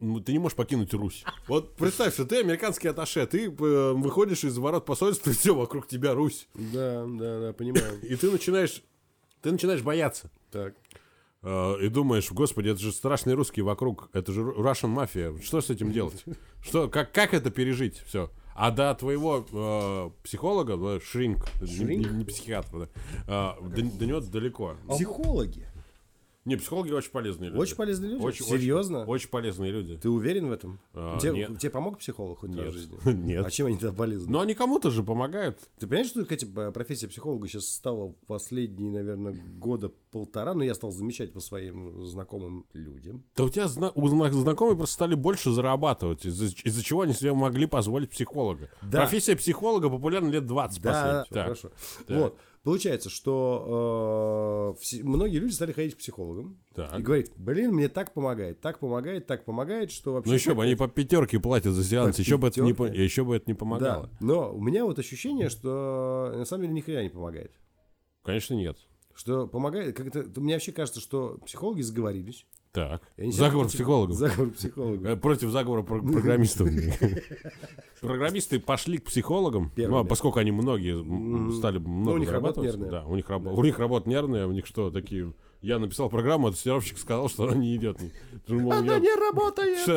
Ну, ты не можешь покинуть Русь. Вот представь, что ты американский аташе, ты э, выходишь из ворот посольства, и все, вокруг тебя Русь.
Да, да, да, понимаю.
И ты начинаешь, ты начинаешь бояться.
Так.
Э, И думаешь, господи, это же страшные русские вокруг, это же ру- Russian мафия. Что с этим делать? Что, как, как это пережить? Все. А до твоего э, психолога, ну, Шринк, не-
Шринк?
Не, не психиатра, да, э, до, до него далеко.
А Психологи.
Не, психологи очень полезные люди.
Очень полезные люди?
Очень-
Серьезно?
Очень, очень полезные люди.
Ты уверен в этом?
А,
тебе,
нет.
тебе помог психолог хоть раз
Нет.
в жизни?
Нет. Ну,
А чем они тогда полезны?
Но они кому-то же помогают.
Ты понимаешь, что кстати, б- профессия психолога сейчас стала последние, наверное, года полтора, но я стал замечать по своим знакомым людям.
Да у тебя зна- у зна- знакомые просто стали больше зарабатывать, из-за, из-за чего они себе могли позволить психолога.
Да.
Профессия психолога популярна лет 20
Да,
последних. Так.
хорошо.
Так.
Вот. Получается, что э, все- многие люди стали ходить к психологам
Так.
и говорить, блин, мне так помогает, так помогает, так помогает, что вообще...
Ну еще бы, они по пятерке платят за сеанс,
По
еще бы, это не, по-
пятёрке.
еще бы это не помогало.
Да, но у меня вот ощущение, что на самом деле ни хрена не помогает.
Конечно, нет.
Что помогает, как это, мне вообще кажется, что психологи сговорились.
Так.
И они
Заговор
сидят-
психологов.
Заговор психологов.
Э, Против заговора про- программистов. Программисты пошли к психологам, ну, а
Первыми.
поскольку они многие м, стали много
ну, у них работа
зарабатывать.
нервная.
Да, у них работа, у них работа нервная, у них что, такие... Я написал программу, а тестировщик сказал, что она не идет. Она не работает!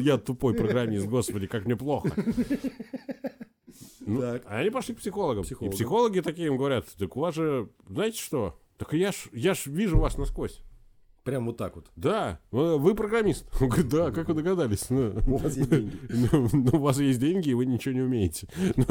Я тупой программист, господи, как мне плохо. Ну,
Так.
а они пошли к психологам. И
Психологам.
психологи такие им говорят, так у вас же, знаете что? Так я ж, я ж вижу вас насквозь.
Прям вот так вот.
Да, вы вы программист. Он говорит, да, как вы догадались? Ну,
У вас есть деньги.
ну, ну, у вас есть деньги, и вы ничего не умеете. Ну,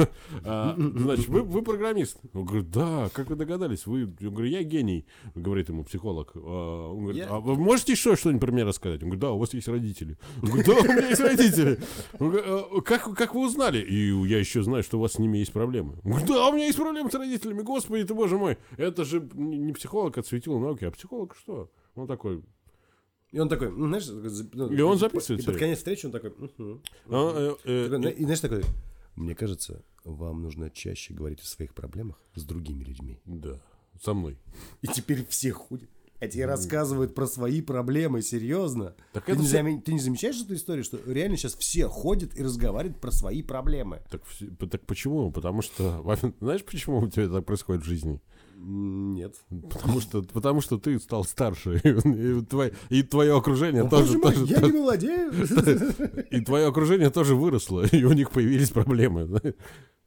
а, Значит, вы, вы программист. Он говорит, да, как вы догадались? Вы, я говорю, я гений, говорит ему психолог. А, Он говорит,
Я-
а вы можете еще что-нибудь про меня рассказать? Он говорит, да, у вас есть родители. Он говорит, да, у меня есть родители. Он говорит, «А Как, как вы узнали? И я еще знаю, что у вас с ними есть проблемы. Он говорит, да, у меня есть проблемы с родителями, господи ты, боже мой. Это же не не психолог от светила науки, а психолог что? Он такой,
И он такой, м, знаешь... за- ну,
И он
и-
записывает
И
всё
под
это.
конец встречи он такой... «Мгм».
«А, э, э,
Такой, И знаешь, такой... Мне кажется, вам нужно чаще говорить о своих проблемах с другими людьми.
Да, со мной.
И теперь все ходят. А тебе рассказывают про свои проблемы, серьезно.
Так
ты,
это
не
все-
заме- ты не замечаешь эту историю, что реально сейчас все ходят и разговаривают про свои проблемы?
Так, вс- п- так почему? Потому что... во- Знаешь, почему у тебя так происходит в жизни?
М, Нет.
Потому что, потому что ты стал старше. И, твое, и твое окружение
«О, Боже
тоже...
мой,
тоже-
я не владею.
И твое окружение тоже выросло. И у них появились проблемы. знаешь.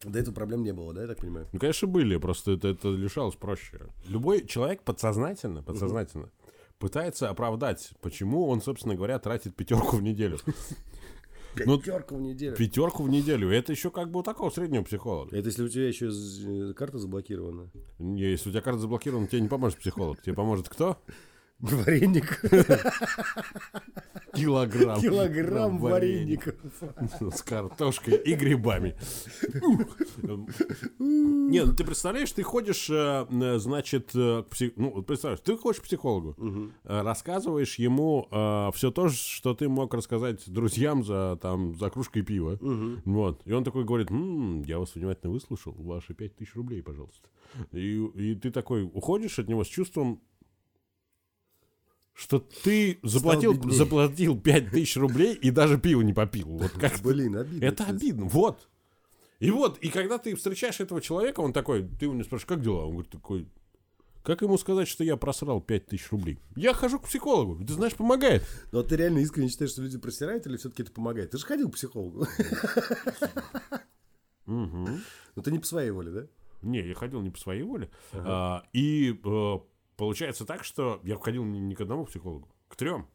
До этого проблем не было, да, я так понимаю?
Ну, конечно, были. Просто это, это лишалось проще. Любой человек подсознательно, подсознательно пытается оправдать, почему он, собственно говоря, тратит пятерку в неделю. Ну,
Пятерка в неделю. А
Пятерку в неделю. Это еще как бы у такого среднего психолога.
Это если у тебя еще з- э, карта заблокирована.
Не, Если у тебя карта заблокирована, тебе не поможет психолог. Тебе поможет кто?
Вареник.
Килограмм.
Килограмм вареников.
С картошкой и грибами. Не, ну ты представляешь, ты ходишь, э, э, значит, э, к пси- ну вот представляешь, ты ходишь к психологу, э, рассказываешь ему все то, что ты мог рассказать друзьям за там за кружкой пива, вот, и он такой говорит, «М, я вас внимательно выслушал, ваши пять тысяч рублей, пожалуйста, и и ты такой уходишь от него с чувством что ты заплатил,
беднее.
заплатил 5000 рублей и даже пиво не попил. Вот как
Блин, обидно.
это
кстати.
обидно. Вот. И вот, и когда ты встречаешь этого человека, он такой, ты у него спрашиваешь, как дела? Он говорит, такой, как ему сказать, что я просрал 5000 рублей? Я хожу к психологу, ты знаешь, помогает.
Ну а ты реально искренне считаешь, что люди просирают или все-таки это помогает? Ты же ходил к психологу. Но Ну, ты не по своей воле, да?
Не, я ходил не по своей воле. А, и э, получается так, что я ходил не, не к одному психологу, к трем.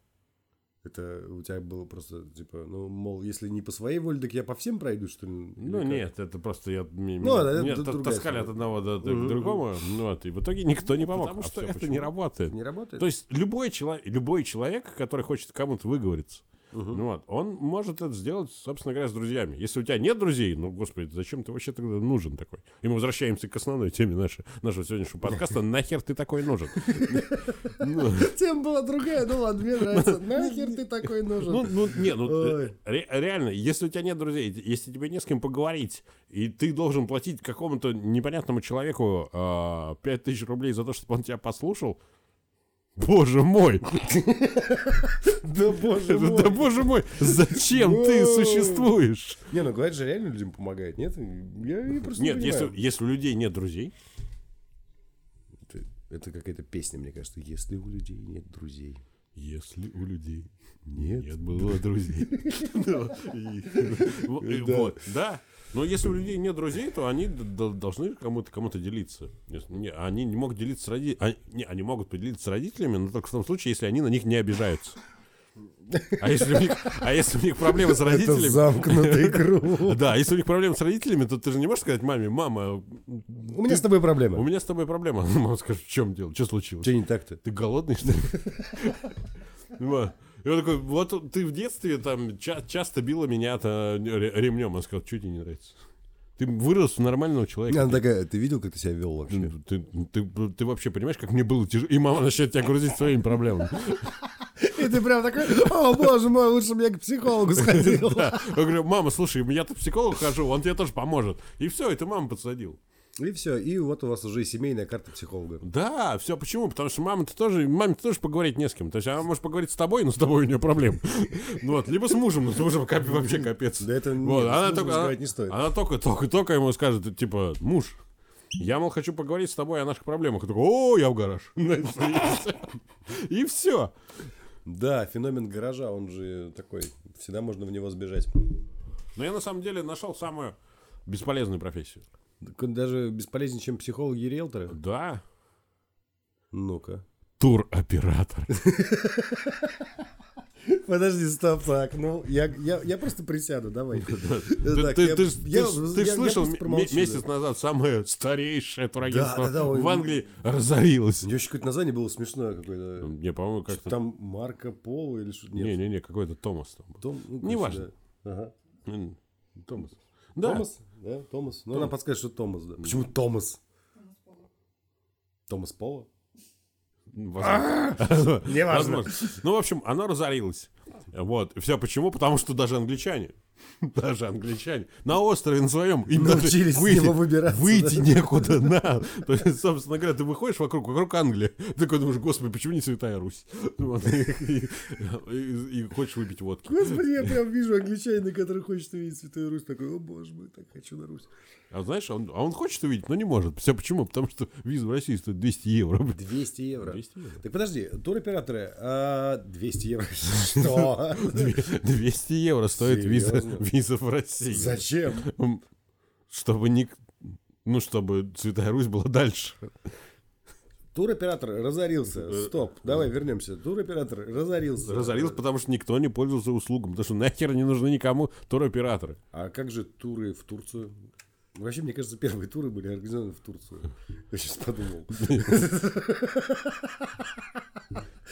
Это у тебя было просто, типа, ну, мол, если не по своей воле, так я по всем пройду, что ли?
Ну,
Или как?
нет, это просто я... м-
Ну,
м-
да, это
меня
д-
та-
другая
таскали
история. Ну,
от одного до, до- к другому, ну, вот, и в итоге никто не помог.
потому
А
что
всё
это
почему? не работает.
Не работает?
То есть любой человек, любой человек, который хочет кому-то выговориться, ну вот, он может это сделать, собственно говоря, с друзьями. Если у тебя нет друзей, ну, господи, зачем ты вообще тогда нужен такой? И мы возвращаемся к основной теме нашей, нашего сегодняшнего подкаста. Нахер ты такой нужен? Ну,
Тема была другая, ну ладно, мне нравится. Нахер ты такой
Ну,
нужен?
ну, не, ну,
Ой.
ре- реально, если у тебя нет друзей, если тебе не с кем поговорить, и ты должен платить какому-то непонятному человеку э, 5000 рублей за то, чтобы он тебя послушал, боже мой!
Да боже
Да
мой.
боже мой, зачем ты
Воу.
существуешь?
Не, ну говорят же, реально людям помогает, нет? Я я просто не
Нет, если,
понимаю.
если у людей нет друзей,
Это- Это какая-то песня, мне кажется. Если у людей нет друзей.
если у людей
Нет.
было друзей. Ну, и- Вот, да. Но если у людей нет друзей, то они д- д- должны кому-то кому-то делиться. Если не- Они не могут делиться с родителями. Они, могут поделиться с родителями, но только в том случае, если они на них не обижаются. А если у них, а если у них проблемы с
Это
родителями...
замкнутый круг.
Да, если у них проблемы с родителями, то ты же не можешь сказать маме, мама,
У меня с тобой
у
проблемы.
меня с тобой проблема. Она Мама скажет, в чем дело, что случилось?
Че не так-то?
Ты голодный, что ли? Вот. И он такой, вот ты в детстве там ча- часто била меня-то ре- ремнем. Он сказал, что тебе не нравится? Ты вырос в нормального человека.
Она такая, ты видел, как ты себя вел вообще?
Ты, ты- ты вообще понимаешь, как мне было тяжело? И мама начнет тебя грузить своими проблемами.
И ты прям такой, о боже мой, лучше бы я к психологу сходил.
Да. Я говорю, мама, слушай, я-то к психологу хожу, он тебе тоже поможет. И все, и ты маму подсадил.
И все. И вот у вас уже и семейная карта психолога.
Да, все почему? Потому что мама-то тоже, маме тоже поговорить не с кем. То есть она может поговорить с тобой, но с тобой у нее проблемы. Ну Вот, либо с мужем, но с мужем кап- вообще капец.
Да это нет,
Вот,
с
она
мужем
только, она,
разговаривать не стоит.
она только, только, только ему скажет, типа, муж, я, мол, хочу поговорить с тобой о наших проблемах. И такой, о, я в гараж. Ну И все.
Да, феномен гаража, он же такой. Всегда можно в него сбежать.
Но я на самом деле нашел самую бесполезную профессию.
Так он Даже бесполезнее, чем психологи и риэлторы.
Да.
Ну-ка.
Туроператор.
Подожди, стоп, так, ну, я, я, я просто присяду, давай.
Ты,
Так,
ты-
я-
ты ж-
я-
ты ж- ты ж
я- я
слышал
просто
м-
промолчу,
месяц
да.
назад самое старейшее турагентство
Да, да, да, ой,
в
ну-
Англии разорилось.
У него еще какое-то название было смешное какое-то.
Не, по-моему,
Что-то
как-то...
Там Марко Поло или что-то.
Не, не, не, какой-то Томас там. был.
Том, ну, короче,
Неважно.
да. Ага.
М, Томас. Да.
Томас? Да, Томас. Ну, она подскажет, что Томас, да. Почему Томас? Томас Поло? А,
Возможно.
Неважно.
Возможно. Ну, в общем, оно разорилось. Вот. Все почему? Потому что даже англичане, даже англичане, на острове на своем им
Ну,
даже
Научились с
выйти-
него выбираться,
Выйти некуда, на. То есть, собственно говоря, ты выходишь вокруг, вокруг Англии, ты такой думаешь, господи, почему не Святая Русь? Вот. И- и- И и хочешь выпить водки.
Господи, я прям вижу англичанина, который хочет увидеть Святую Русь. Такой, о боже мой, так хочу на Русь.
А знаешь, он, а он хочет увидеть, но не может. Все почему? Потому что виза в России стоит 200 евро.
200 евро.
200 евро.
Так подожди, туроператоры, а, 200 евро. Что?
Две- 200 евро стоит виза,
Серьезно?
виза в России.
Зачем?
М, Чтобы не... Ну, чтобы Святая Русь была дальше.
Туроператор разорился. Стоп, давай вернемся. Туроператор Э, разорился.
Разорился, потому что никто не пользовался услугам. Потому что нахер не нужны никому туроператоры.
А как же туры в Турцию? Вообще, мне кажется, первые туры были организованы в Турцию. Я сейчас подумал.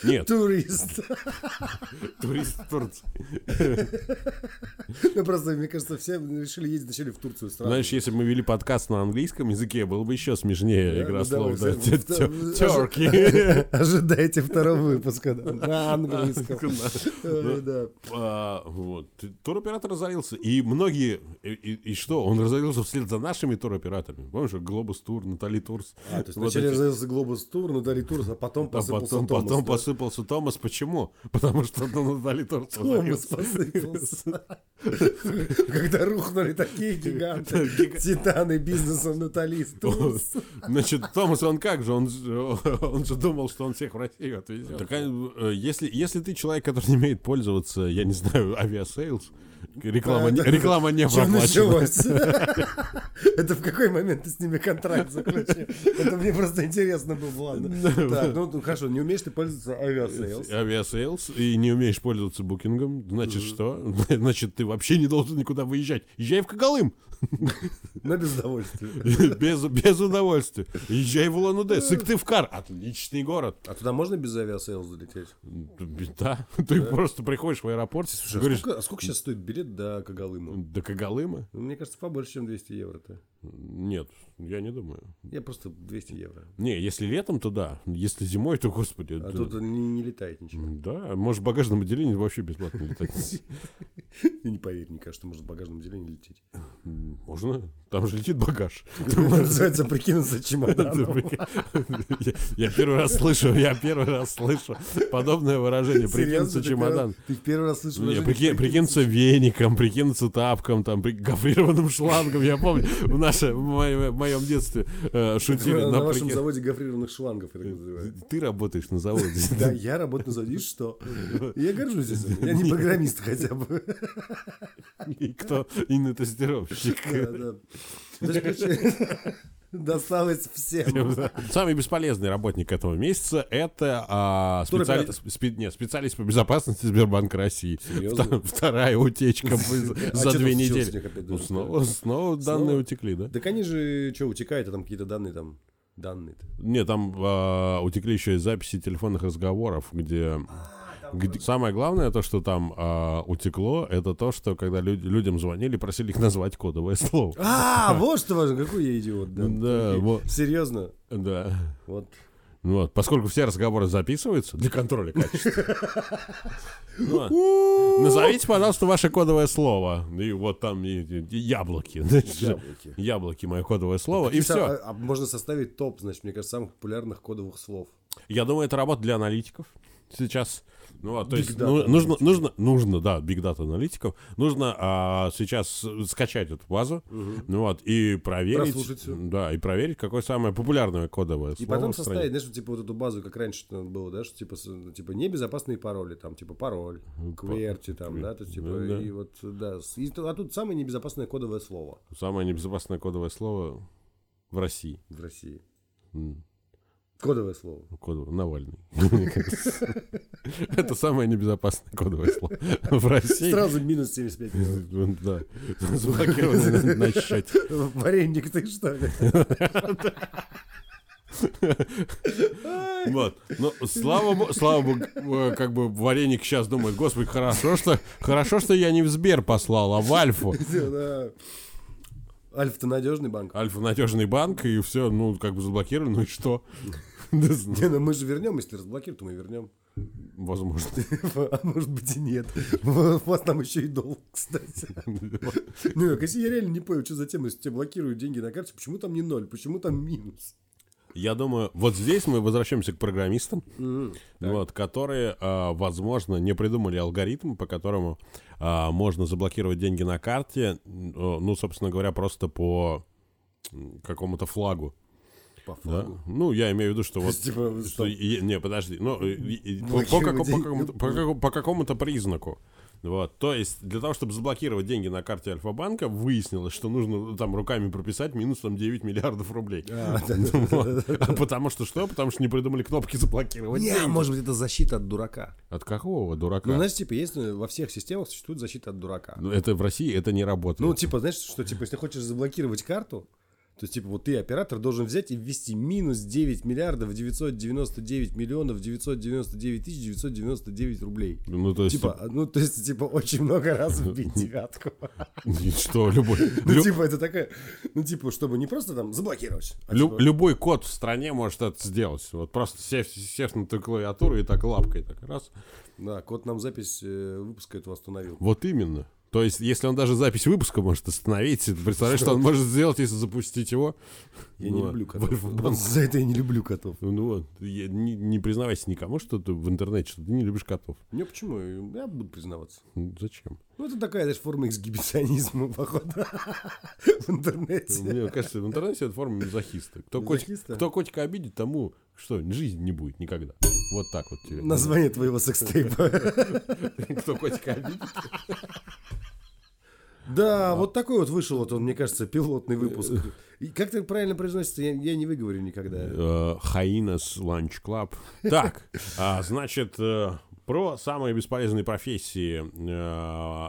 Нет,
Турист.
турист в Турции.
Ну, просто, мне кажется, все решили ездить вначале в Турцию сразу.
Знаешь, если бы мы вели подкаст на английском языке, было бы еще смешнее
Да,
игра
ну,
слов. да.
давай,
Тё-
да, ну,
тё-
да,
Терки.
Ожидайте второго выпуска.
На английском. Э, да.
А, Вот. Туроператор разорился. И многие... И, и- и что? Он разорился вслед за нашими туроператорами. Помнишь, Глобус Тур, Натали Турс.
А, то есть
Вот
вначале
эти-
разорился Глобус Тур, Натали Турс, а потом
А
посыпался
потом,
Томас,
потом
да?
посыпался Томас. Почему? Потому что ну, Натали Торс
Томас
разорился.
посыпался. Когда рухнули такие гиганты,
Гигант.
титаны бизнеса Натали Турс.
Значит, Томас, он как же? Он, же- он же думал, что он всех в Россию отвезет. Так, а, э, если, если ты человек, который не умеет пользоваться, я не знаю, авиасейлс, реклама, не-
Да, да,
реклама не
Чё
проплачена.
началось? Это в какой момент ты с ними контракт заключил? Это мне просто интересно было, ладно. Так, ну ну, хорошо, не умеешь ты пользоваться авиасейлс.
авиасейлс и не умеешь пользоваться букингом, значит что? Значит, ты вообще не должен никуда выезжать. Езжай в Когалым.
Но без удовольствия.
Без, без удовольствия. Езжай в Улан-Удэ. Сыктывкар. Отличный город.
А туда можно без авиасейлс залететь?
Да. Ты просто приходишь в аэропорт, говоришь,
Сколько, а сколько сейчас стоит билет до Кагалыма?
до Когалыма?
Ну, Мне кажется, побольше, чем 200 евро-то.
Нет, я не думаю.
Я просто 200 евро.
Не, если летом, то да. Если зимой, то, господи.
А
да.
тут не, не летает ничего.
Да, может, в багажном отделении вообще бесплатно летать.
Ты не поверь, мне кажется, что может в багажном отделении лететь.
Можно. Там же летит багаж.
Называется прикинуться
Ты
чемоданом.
прикинь? Я я первый раз слышу, я первый раз слышу подобное выражение.
Серьезно,
Прикинуться
ты первый-
чемодан.
Ты в первый раз слышишь
Не,
выражение
прики-
прикинуться?
прикинуться веником, прикинуться тапком, там, при- гофрированным шлангом. Я помню, в, наше, в, моем, в моем детстве э, шутили.
На
на
на вашем
прики-
заводе гофрированных шлангов это называют.
Ты работаешь на заводе.
Да, я работаю на заводе, и что? Я горжусь этим. Я не программист хотя бы.
И кто? И на тестировщик.
Да, да. Знаешь, короче, Досталось всем. А
Самый бесполезный работник этого месяца это а, специали-
Туроператор.
спе- нет, специалист по безопасности Сбербанка России.
Серьезно?
Втор- Вторая утечка за-
А
за
чё
две
там всё с
недели.
них опять,
Ну,
да?
Снова снова данные утекли, да?
Так они же, что, утекают, а там какие-то данные там. Данные.
Не, там а, утекли еще и записи телефонных разговоров,
А,
где... где- Самое главное то, что там а, утекло, это то, что когда люд- людям звонили, просили их назвать кодовое слово.
А, вот что важно. Какой я идиот. Ну да.
Да, вот,
Серьезно.
да.
Вот.
Ну Вот, поскольку все разговоры записываются для контроля качества. Ну, а, Назовите, пожалуйста, ваше кодовое слово. И вот там и- и- и яблоки.
Яблоки.
Яблоки мое кодовое слово. И все.
А, а можно составить топ, значит, мне кажется, самых популярных кодовых слов.
Я думаю, это работа для аналитиков сейчас. Ну, а, то
Big
есть
data
ну, нужно, нужно, нужно, да, big data аналитиков, нужно а, сейчас скачать эту базу, ну вот и проверить,
Прослушать всё.
да, и проверить, какое самое популярное кодовое
И
слово
потом
в стране.
составить, знаешь, вот, типа вот эту базу, как раньше надо было, да, что типа, с- типа небезопасные пароли, там, типа пароль, QWERTY, там, да, то есть, типа,
Ну, да.
и вот, да, с- и то- а тут самое небезопасное кодовое слово
Самое небезопасное кодовое слово в России.
в России.
М.
Кодовое слово.
Кодовое. Навальный. Мне кажется. Это самое небезопасное кодовое слово в России.
Сразу минус 75 минут.
Да. Заблокированный на- на счете.
Вареник ты, что ли?
Вот. Ну, слава богу, слава богу, э, как бы вареник сейчас думает, господи, хорошо, что хорошо, что я не в Сбер послал, а в Альфу.
Да. Альфа-то надежный банк.
Альфа надежный банк, и все, ну, как бы заблокировано, ну и что? Да,
Не, ну мы же вернем, если разблокируют, то мы вернем.
Возможно.
А может быть и нет. У вас там еще и долг, кстати. Ну, так, если я реально не понял, что за тема, если тебе блокируют деньги на карте, почему там не ноль, почему там минус?
Я думаю, вот здесь мы возвращаемся к программистам, вот, которые, а, возможно, не придумали алгоритм, по которому а, можно заблокировать деньги на карте, н- э, ну, собственно говоря, просто по м, какому-то флагу.
По
да?
флагу.
Ну, я имею в виду, что вот...
Типа, вы
что
что?
е- не, подожди. Ну, э, и- и по- по
Блокировать
какому- по
деньги.
какому-то- по какому- по какому-то признаку. Вот, то есть для того, чтобы заблокировать деньги на карте Альфа-банка, выяснилось, что нужно ну, там руками прописать минус там 9 миллиардов рублей. Ну, вот. А Потому что что? Потому что не придумали кнопки заблокировать.
Не, а
деньги.
может быть, это защита от дурака.
От какого
Ну,
дурака?
знаешь, типа, есть э, во всех системах существует защита от дурака.
Ну, Это в России это не
Ну,
работает.
типа, знаешь, что, типа, если хочешь заблокировать карту, то, типа, вот ты, оператор, должен взять и ввести минус 9 миллиардов 999 миллионов 999 тысяч 999 рублей.
Ну, то есть,
Типа, ну, то есть, типа, очень много раз вбить девятку.
что, любой...
Ну,
лю-
типа, это такая, ну, типа, чтобы не просто там заблокировать. а
лю-
типа,
Любой код в стране может это сделать. Вот просто сев, сев на твою клавиатуру и так лапкой так раз.
Да, кот нам запись э, выпуска этого остановил.
Вот именно. То есть, если он даже запись выпуска может остановить, ты представляешь, что он может сделать, если запустить его?
Я не
Ну,
люблю
в
котов.
Альфа-банк.
Вот За это я не люблю котов.
Ну вот, я- не, не признавайся никому, что ты в интернете, что ты не любишь котов.
Не, почему? Я буду признаваться.
Ну, Зачем?
Ну, это такая, знаешь, форма эксгибиционизма, походу, в интернете.
Мне кажется, в интернете это форма мазохиста. Кто, котик,
Мазохиста?
кто котика обидит, тому что жизни не будет никогда. Вот так вот тебе.
Название твоего секстейпа.
Кто котика обидит?
Да, вот такой вот вышел, вот он, мне кажется, пилотный выпуск. И как это правильно произносится, я, я не выговорю никогда.
Э, Хаинас Ланч Клаб. Так, а, значит, э, про самые бесполезные профессии э,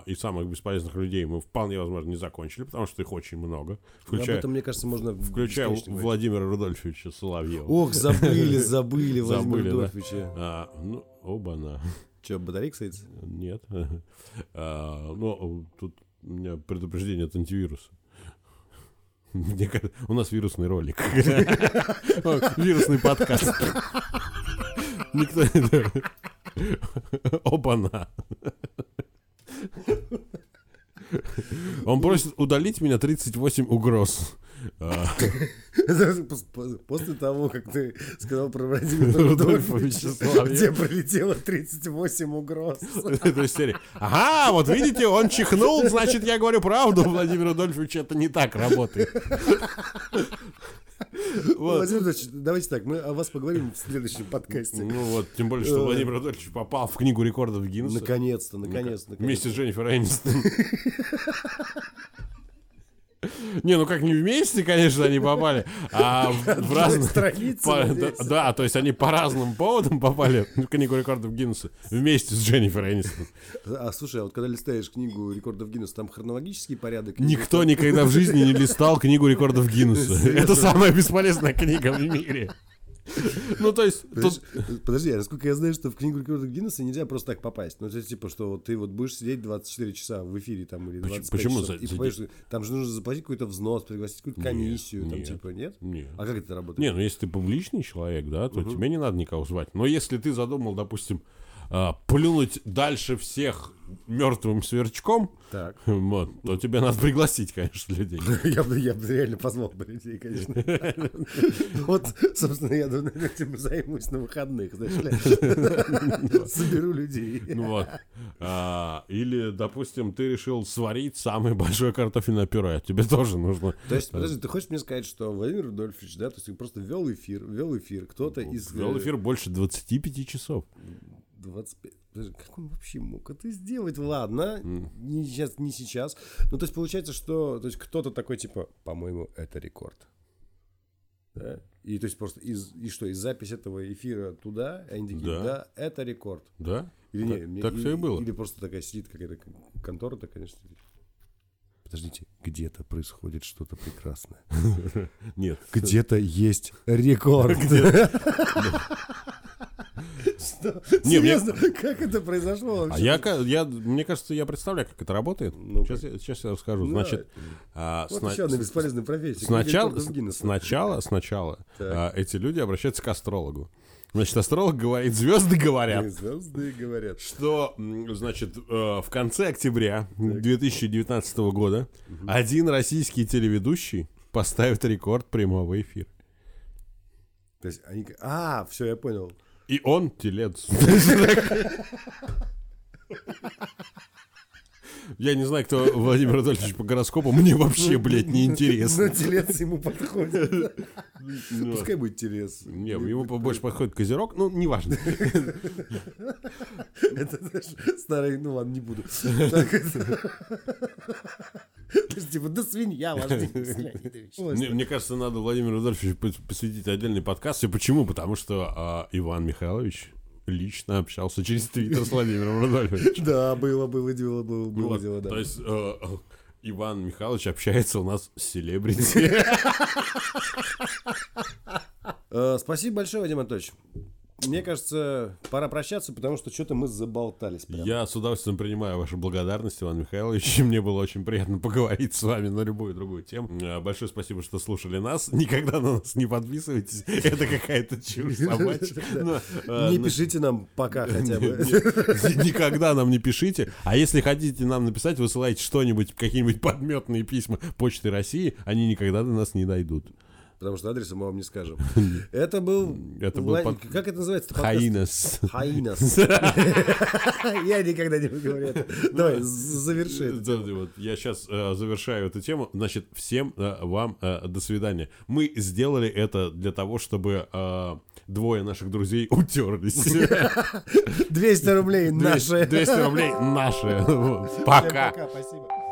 и самых бесполезных людей мы вполне возможно не закончили, потому что их очень много,
Об
включая,
этом, мне кажется, можно в-
включая
бесконечно говорить.
Владимира Рудольфовича Соловьева.
Ох, забыли, забыли, Владимир
Забыли, да.
Рудольфовича.
А, ну, оба-на.
Че, батарейка садится?
Нет. А, ну, тут у меня предупреждение от антивируса. Мне кажется, у нас вирусный ролик. О, Вирусный подкаст. Никто не... Опа-на. Он просит удалить меня 38 угроз. А,
Это пос- пос- После того, как ты сказал про Владимира
Рудольфа
Рудольфовича, где
Вячеславе.
пролетело 38 угроз.
То есть, серии, Ага, вот видите, он чихнул, значит, я говорю правду, Владимир Рудольфович, это не так работает. Вот.
Владимир Владимирович, давайте так, мы о вас поговорим в следующем подкасте.
Ну вот, тем более, что Владимир Рудольфович попал в книгу рекордов Гиннесса.
Ну, Наконец-то, наконец-то. наконец-то.
Вместе с Дженнифер Энистон. Не, ну как не вместе, конечно, они попали, а в- в разных...
странице
по- да,
вместе.
да, то есть они по разным поводам попали в книгу рекордов Гиннесса вместе с Дженнифер Энистон.
А слушай, а вот когда листаешь книгу рекордов Гиннесса, там хронологический порядок? или-
Никто никогда в жизни не листал книгу рекордов Гиннесса. Это самая бесполезная книга в мире. Ну, то есть, тут...
Подожди, Подожди, а насколько я знаю, что в книгу рекордов Гиннесса нельзя просто так попасть. Ну, то есть, типа, что вот ты вот будешь сидеть 24 часа в эфире там или 25
почему
часов,
за-
и
за-
попаешь, там же нужно заплатить какой-то взнос, пригласить какую-то комиссию, там,
нет,
типа, нет?
нет.
А как это работает?
Не, ну если ты публичный человек, да, то тебе не надо никого звать. Но если ты задумал, допустим, а, плюнуть дальше всех мертвым сверчком,
Так.
вот, то тебе надо пригласить, конечно, людей.
Я бы, я бы реально позвал бы людей, конечно. Вот, собственно, я думаю, этим займусь на выходных, знаешь ли. Соберу людей.
Ну вот. А, или, допустим, ты решил сварить самое большое картофельное пюре. а Тебе тоже нужно.
То есть, подожди, ты хочешь мне сказать, что Владимир Рудольфович, да, то есть он просто вел эфир, вел эфир, кто-то из... э,
Вел эфир больше 25 часов.
25. Подожди, Как он вообще мог это сделать? Ладно, не сейчас, не сейчас. Ну, то есть получается, что то есть кто-то такой, типа, по-моему, это рекорд. Да? И то есть просто из, и что, из запись этого эфира туда, и они такие,
Да.
да, это рекорд.
Да?
Или не,
Так-
мне-
так
или-
все и было.
Или просто такая сидит какая-то к- контора такая, конечно. сидит. Подождите, где-то происходит что-то прекрасное.
Нет.
Где-то есть рекорд. Что?
Не, мне-
Серьезно? Как это произошло
А
вообще?
я, ка- я, мне кажется, я представляю, как это работает. сейчас, я, сейчас я расскажу. Значит, а,
Ну, Вот
сна-
еще одна бесполезная профессия.
Сначала,
Книга рекордов Гиннесса.
сначала, сначала а, эти люди обращаются к астрологу. Значит, астролог говорит, звезды
И
говорят,
Звезды говорят.
что, м, значит, э, в конце октября 2019 года один российский телеведущий поставит рекорд прямого эфира.
То есть они... к- А, все, я понял.
И он телец. Я не знаю, кто Владимир Анатольевич по гороскопу. Мне вообще, блядь,
Но
неинтересно.
телец ему подходит.
Ну,
Пускай будет телец.
Не, ему больше подходит козерог. Ну, неважно.
Это знаешь, старый... Ну ладно, не буду. Так это- То есть, Типа, да свинья ваш Денис Леонидович.
Мне, мне кажется, надо Владимиру Рудольфовичу пос- посвятить отдельный подкаст. И почему? Потому что а, Иван Михайлович лично общался через Твиттер с Владимиром Рудольфовичем.
Да, было, было дело, было, было
Вот,
дело, да.
То есть э, э, Иван Михайлович общается у нас с селебрити.
Э, Спасибо большое, Вадим Анатольевич. Мне кажется, пора прощаться, потому что что-то мы заболтались. прям.
Я с удовольствием принимаю вашу благодарность, Иван Михайлович. Мне было очень приятно поговорить с вами на любую другую тему. Э, Большое спасибо, что слушали нас. Никогда на нас не подписывайтесь. Это какая-то чушь собачья. Но, э,
Не
на-
пишите нам пока хотя бы.
Нет, Никогда нам не пишите. А если хотите нам написать, высылайте что-нибудь, какие-нибудь подметные письма Почты России, они никогда до нас не дойдут.
Потому что адреса мы вам не скажем. Это был...
Это был
Ла-
под-
Как это называется?
Хаинес.
Хаинас. Я никогда не говорю это.
Ну, э,
Давай, з- заверши это.
Да, да, вот Я сейчас завершаю эту тему. Значит, всем э, вам э, до свидания. Мы сделали это для того, чтобы э, двое наших друзей утерлись.
200 рублей наши.
200 рублей наши. Вот. Пока.
Пока, спасибо.